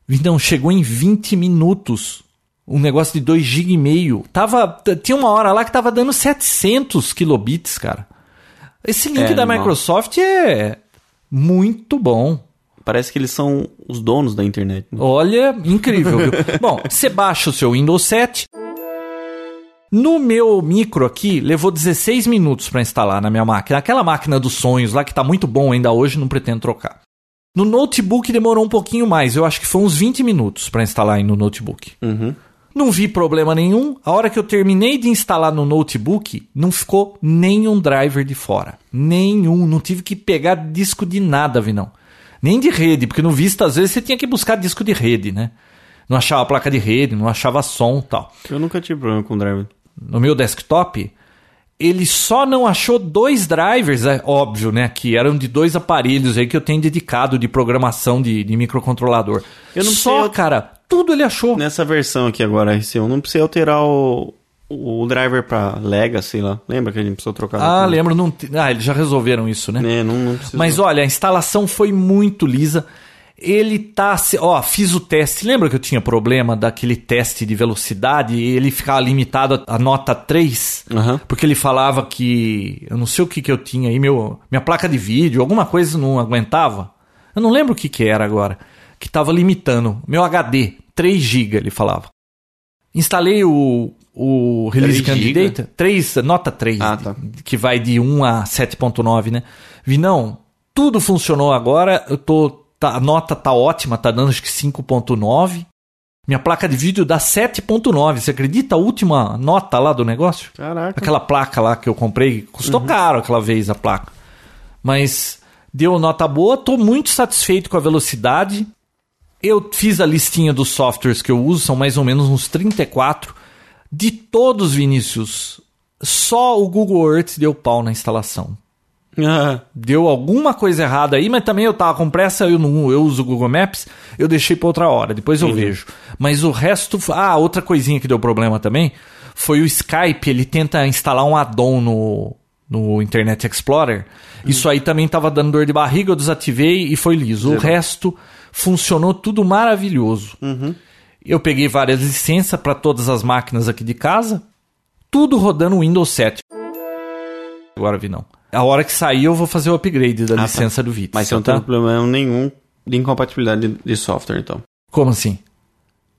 Então, chegou em 20 minutos. Um negócio de 2 GB e meio. Tava, t- tinha uma hora lá que tava dando 700 kilobits, cara. Esse link
É,
da
não.
Microsoft é muito bom.
Parece que eles são os donos da internet. né?
Olha, incrível, viu? Bom, você baixa o seu Windows 7. No meu micro aqui, levou 16 minutos para instalar na minha máquina. Aquela máquina dos sonhos lá que tá muito bom ainda hoje, não pretendo trocar. No notebook demorou um pouquinho mais, eu acho que foi uns 20 minutos para instalar aí no notebook.
Uhum.
Não vi problema nenhum. A hora que eu terminei de instalar no notebook, não ficou nenhum driver de fora. Nenhum. Não tive que pegar disco de nada, Vinão. Nem de rede, porque no Vista, às vezes, você tinha que buscar disco de rede, né? Não achava placa de rede, não achava som e tal.
Eu nunca tive problema com driver.
No meu desktop, ele só não achou dois drivers, é óbvio, né? Que eram de dois aparelhos aí que eu tenho dedicado de programação de, de microcontrolador.
Eu não
só,
sei, eu-
cara, tudo ele achou.
Nessa versão aqui agora, RC1, não precisa alterar o, o driver pra Lega, sei lá. Lembra que a gente precisou trocar?
Ah,
no-
lembro. Não... te- Ah, eles já resolveram isso, né?
É, não, não precisa.
Mas olha, a instalação foi muito lisa. Ele tá. se- Ó, fiz o teste. Lembra que eu tinha problema daquele teste de velocidade e ele ficava limitado a nota 3?
Aham.
Porque ele falava que. Eu não sei o que, que eu tinha aí, meu, minha placa de vídeo, alguma coisa não aguentava. Eu não lembro o que, que era agora. Que tava limitando. Meu HD, 3 GB, ele falava. Instalei o, o Release
3 giga?
Candidate, 3, nota 3,
Ah, tá.
que vai de 1 a 7.9, né? Vinão, tudo funcionou agora, eu tô, tá- a nota tá ótima, tá dando acho que 5.9. Minha placa de vídeo dá 7.9, você acredita a última nota lá do negócio?
Caraca.
Aquela placa lá que eu comprei, custou caro aquela vez a placa. Mas deu nota boa, tô muito satisfeito com a velocidade. Eu fiz a listinha dos softwares que eu uso, são mais ou menos uns 34. De todos, Vinícius, só o Google Earth deu pau na instalação.
Ah,
Deu alguma coisa errada aí, mas também eu tava com pressa, eu não eu uso o Google Maps, eu deixei pra outra hora, depois eu vejo. Mas o resto, ah, outra coisinha que deu problema também, foi o Skype, ele tenta instalar um add-on no no Internet Explorer. Isso aí também tava dando dor de barriga, eu desativei e foi liso. O resto funcionou tudo maravilhoso. Eu peguei várias licenças para todas as máquinas aqui de casa, tudo rodando Windows 7. Agora vi não. A hora que sair eu vou fazer o upgrade da
tá.
licença do Vitor.
mas você não
tá?
tem um problema nenhum de incompatibilidade de- de software, então.
Como assim?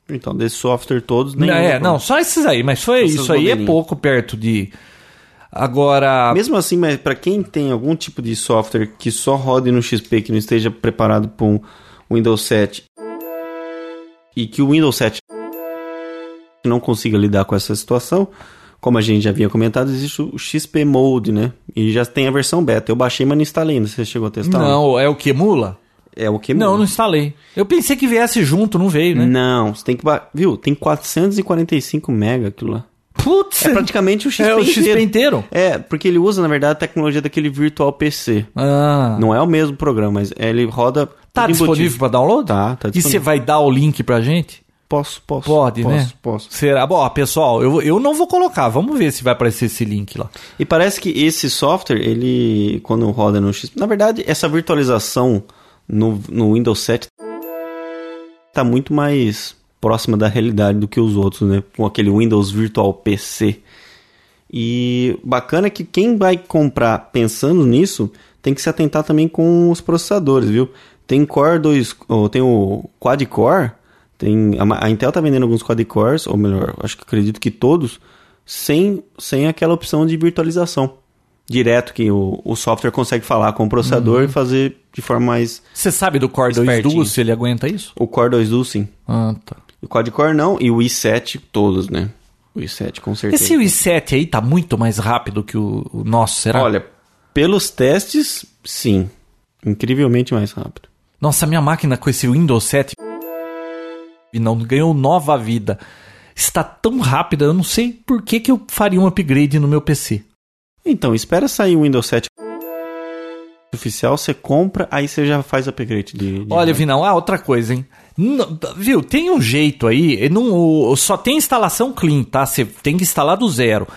Então, desse software todos, nenhum.
Não, é,
problema.
não, só esses aí, mas foi
Esses
isso aí é
modelinhos.
pouco perto de agora
Mesmo assim, mas para quem tem algum tipo de software que só rode no XP, que não esteja preparado para um Windows 7 e que o Windows 7 não consiga lidar com essa situação, como a gente já havia comentado, existe o XP Mode, né? E já tem a versão beta. Eu baixei, mas não instalei ainda. Você chegou a testar?
não, é o que mula?
É o que
Não, não
Mode.
instalei. Eu pensei que viesse junto, não veio, né?
Não, você tem que. ba- Viu? Tem 445 mega aquilo lá.
Putz,
É praticamente o XP,
é o XP inteiro.
É, porque ele usa, na verdade, a tecnologia daquele Virtual PC.
Ah,
Não é o mesmo programa, mas ele roda.
tá
tudo
disponível
embutido.
para download?
Tá, tá
E você
disponível.
vai dar o link pra gente?
Posso, posso.
Pode,
posso,
né?
Posso.
Será? Bom, pessoal, eu, eu não vou colocar. Vamos ver se vai aparecer esse link lá.
E parece que esse software, ele, quando roda no XP. Na verdade, essa virtualização no, no Windows 7 tá muito mais próxima da realidade do que os outros, né? Com aquele Windows Virtual PC. E bacana que quem vai comprar pensando nisso tem que se atentar também com os processadores, viu? Tem Core 2, ou tem o Quad Core, tem a, Ma- a Intel tá vendendo alguns Quad Cores, ou melhor, acho que acredito que todos, sem, sem aquela opção de virtualização. Direto que o, o software consegue falar com o processador e fazer de forma mais.
Você sabe do Core 2
Espertinho.
Duo, se ele aguenta isso?
O Core 2 Duo, sim.
Ah, tá.
O Quad Core não, e o i7 todos, né? O i7 com certeza.
Esse i7 aí tá muito mais rápido que o, o nosso, será?
Olha, pelos testes, sim. Incrivelmente mais rápido.
Nossa, minha máquina com esse Windows 7 e não ganhou nova vida. Está tão rápida, eu não sei por que, que eu faria um upgrade no meu PC.
Então, espera sair o Windows 7 oficial, você compra, aí você já faz upgrade de. de
Olha, Vinão, ah, outra coisa, hein? Não, viu, tem um jeito aí, e não, o- só tem instalação clean, tá? Você tem que instalar do zero.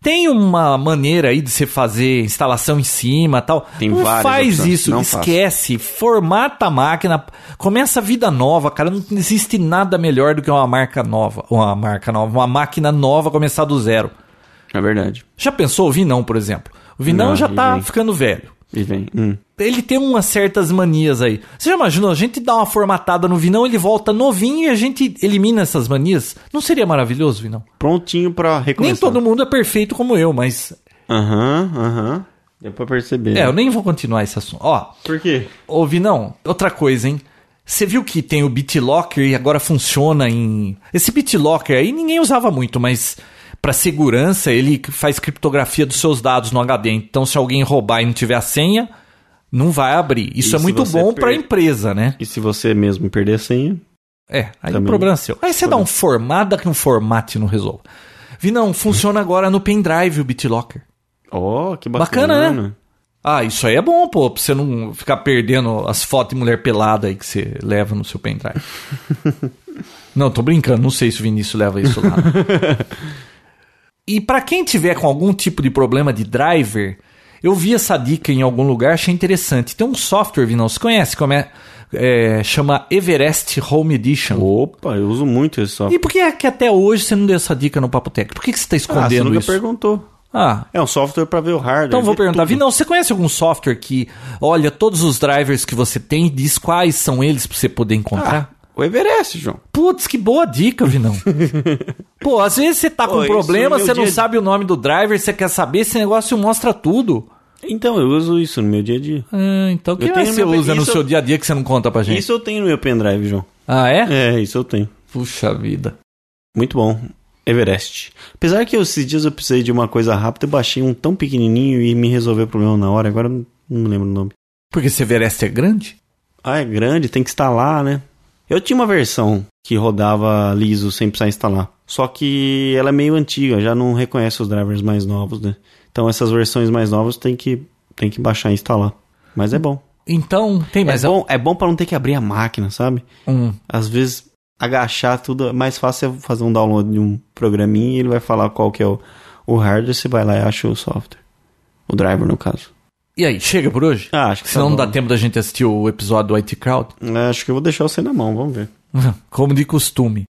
Tem uma maneira aí de você fazer instalação em cima tal.
Tem
não
várias
faz
opções,
isso,
não faça.
esquece, formata a máquina, começa a vida nova, cara. Não existe nada melhor do que uma marca nova, uma marca nova, uma máquina nova começar do zero.
É verdade.
Já pensou o Vinão, por exemplo? O Vinão
Não,
já tá
ninguém.
ficando velho
E vem. Hum.
ele tem umas certas manias aí. Você já imaginou? A gente dá uma formatada no Vinão, ele volta novinho e a gente elimina essas manias? Não seria maravilhoso, Vinão?
Prontinho pra recomeçar.
Nem todo mundo é perfeito como eu, mas.
Aham, aham. Deu pra perceber.
É, eu nem vou continuar esse assunto. Ó,
Por quê?
ô Vinão, outra coisa, hein? Você viu que tem o BitLocker e agora funciona em. Esse BitLocker aí ninguém usava muito, mas pra segurança ele faz criptografia dos seus dados no HD. Então se alguém roubar e não tiver a senha, não vai abrir. Isso
E
é
se
muito
você
bom
per-
pra empresa, né?
E se você mesmo perder a senha?
É, aí o
Também.
problema é seu. Aí você dá um formada que um formate não resolve. Vi não, funciona agora no pendrive o BitLocker.
Ó, que bacana.
Bacana, né? Ah, isso aí é bom, pô, pra você não ficar perdendo as fotos de mulher pelada aí que você leva no seu pendrive. não, tô brincando, não sei se o Vinícius leva isso lá. né? e pra quem tiver com algum tipo de problema de driver, eu vi essa dica em algum lugar, achei interessante. Tem um software, Vinão, você conhece? Como é, é, chama Everest Home Edition.
Opa, eu uso muito esse software.
E por que é que até hoje você não deu essa dica no Papo Tech? Por que, que você está
Ah, você
escondendo
nunca
isso?
perguntou.
Ah,
É um software pra ver o hardware.
então vou
ver
perguntar.
tudo.
Vinão, você conhece algum software que olha todos os drivers que você tem e diz quais são eles pra você poder encontrar?
O Everest, João.
Putz, que boa dica, Vinão. Pô, às vezes você tá com
Pô,
um
isso
problema,
no meu
você não
dia a
sabe o nome do driver, você quer saber, esse negócio mostra tudo.
Então, eu uso isso no meu dia a dia.
Ah, então o que
Eu
mais
tenho
você
meu-
usa no
isso-
seu dia a dia que você não conta pra gente?
Isso eu tenho no meu pendrive, João.
Ah, é?
É, isso eu tenho.
Puxa vida.
Muito bom. Everest. Apesar que eu, esses dias eu precisei de uma coisa rápida, eu baixei um tão pequenininho e me resolveu o problema na hora. Agora eu não não me lembro o nome.
Porque esse Everest é grande?
Ah, é grande, tem que instalar, né? Eu tinha uma versão que rodava liso sem precisar instalar. Só que ela é meio antiga, já não reconhece os drivers mais novos, né? Então essas versões mais novas tem que, tem que baixar e instalar. Mas é bom.
Então, tem mais
é, bom é bom para não ter que abrir a máquina, sabe?
um.
Às vezes agachar tudo é mais fácil é fazer um download de um programinha e ele vai falar qual que é o, o hardware, você vai lá e acha o software. O driver, no caso.
E aí, chega por hoje?
Ah, acho que
Senão
tá
não
bom.
dá tempo da gente assistir o episódio do IT Crowd.
É, Acho que eu vou deixar você na mão, vamos ver.
Como de costume.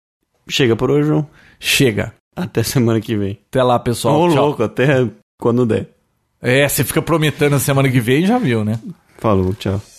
Chega por hoje, João.
Chega.
Até semana que vem.
Até lá,
Ô,
pessoal. Tchau.
louco, até quando der.
É, você fica prometendo a semana que vem, já viu, né?
Falou, tchau.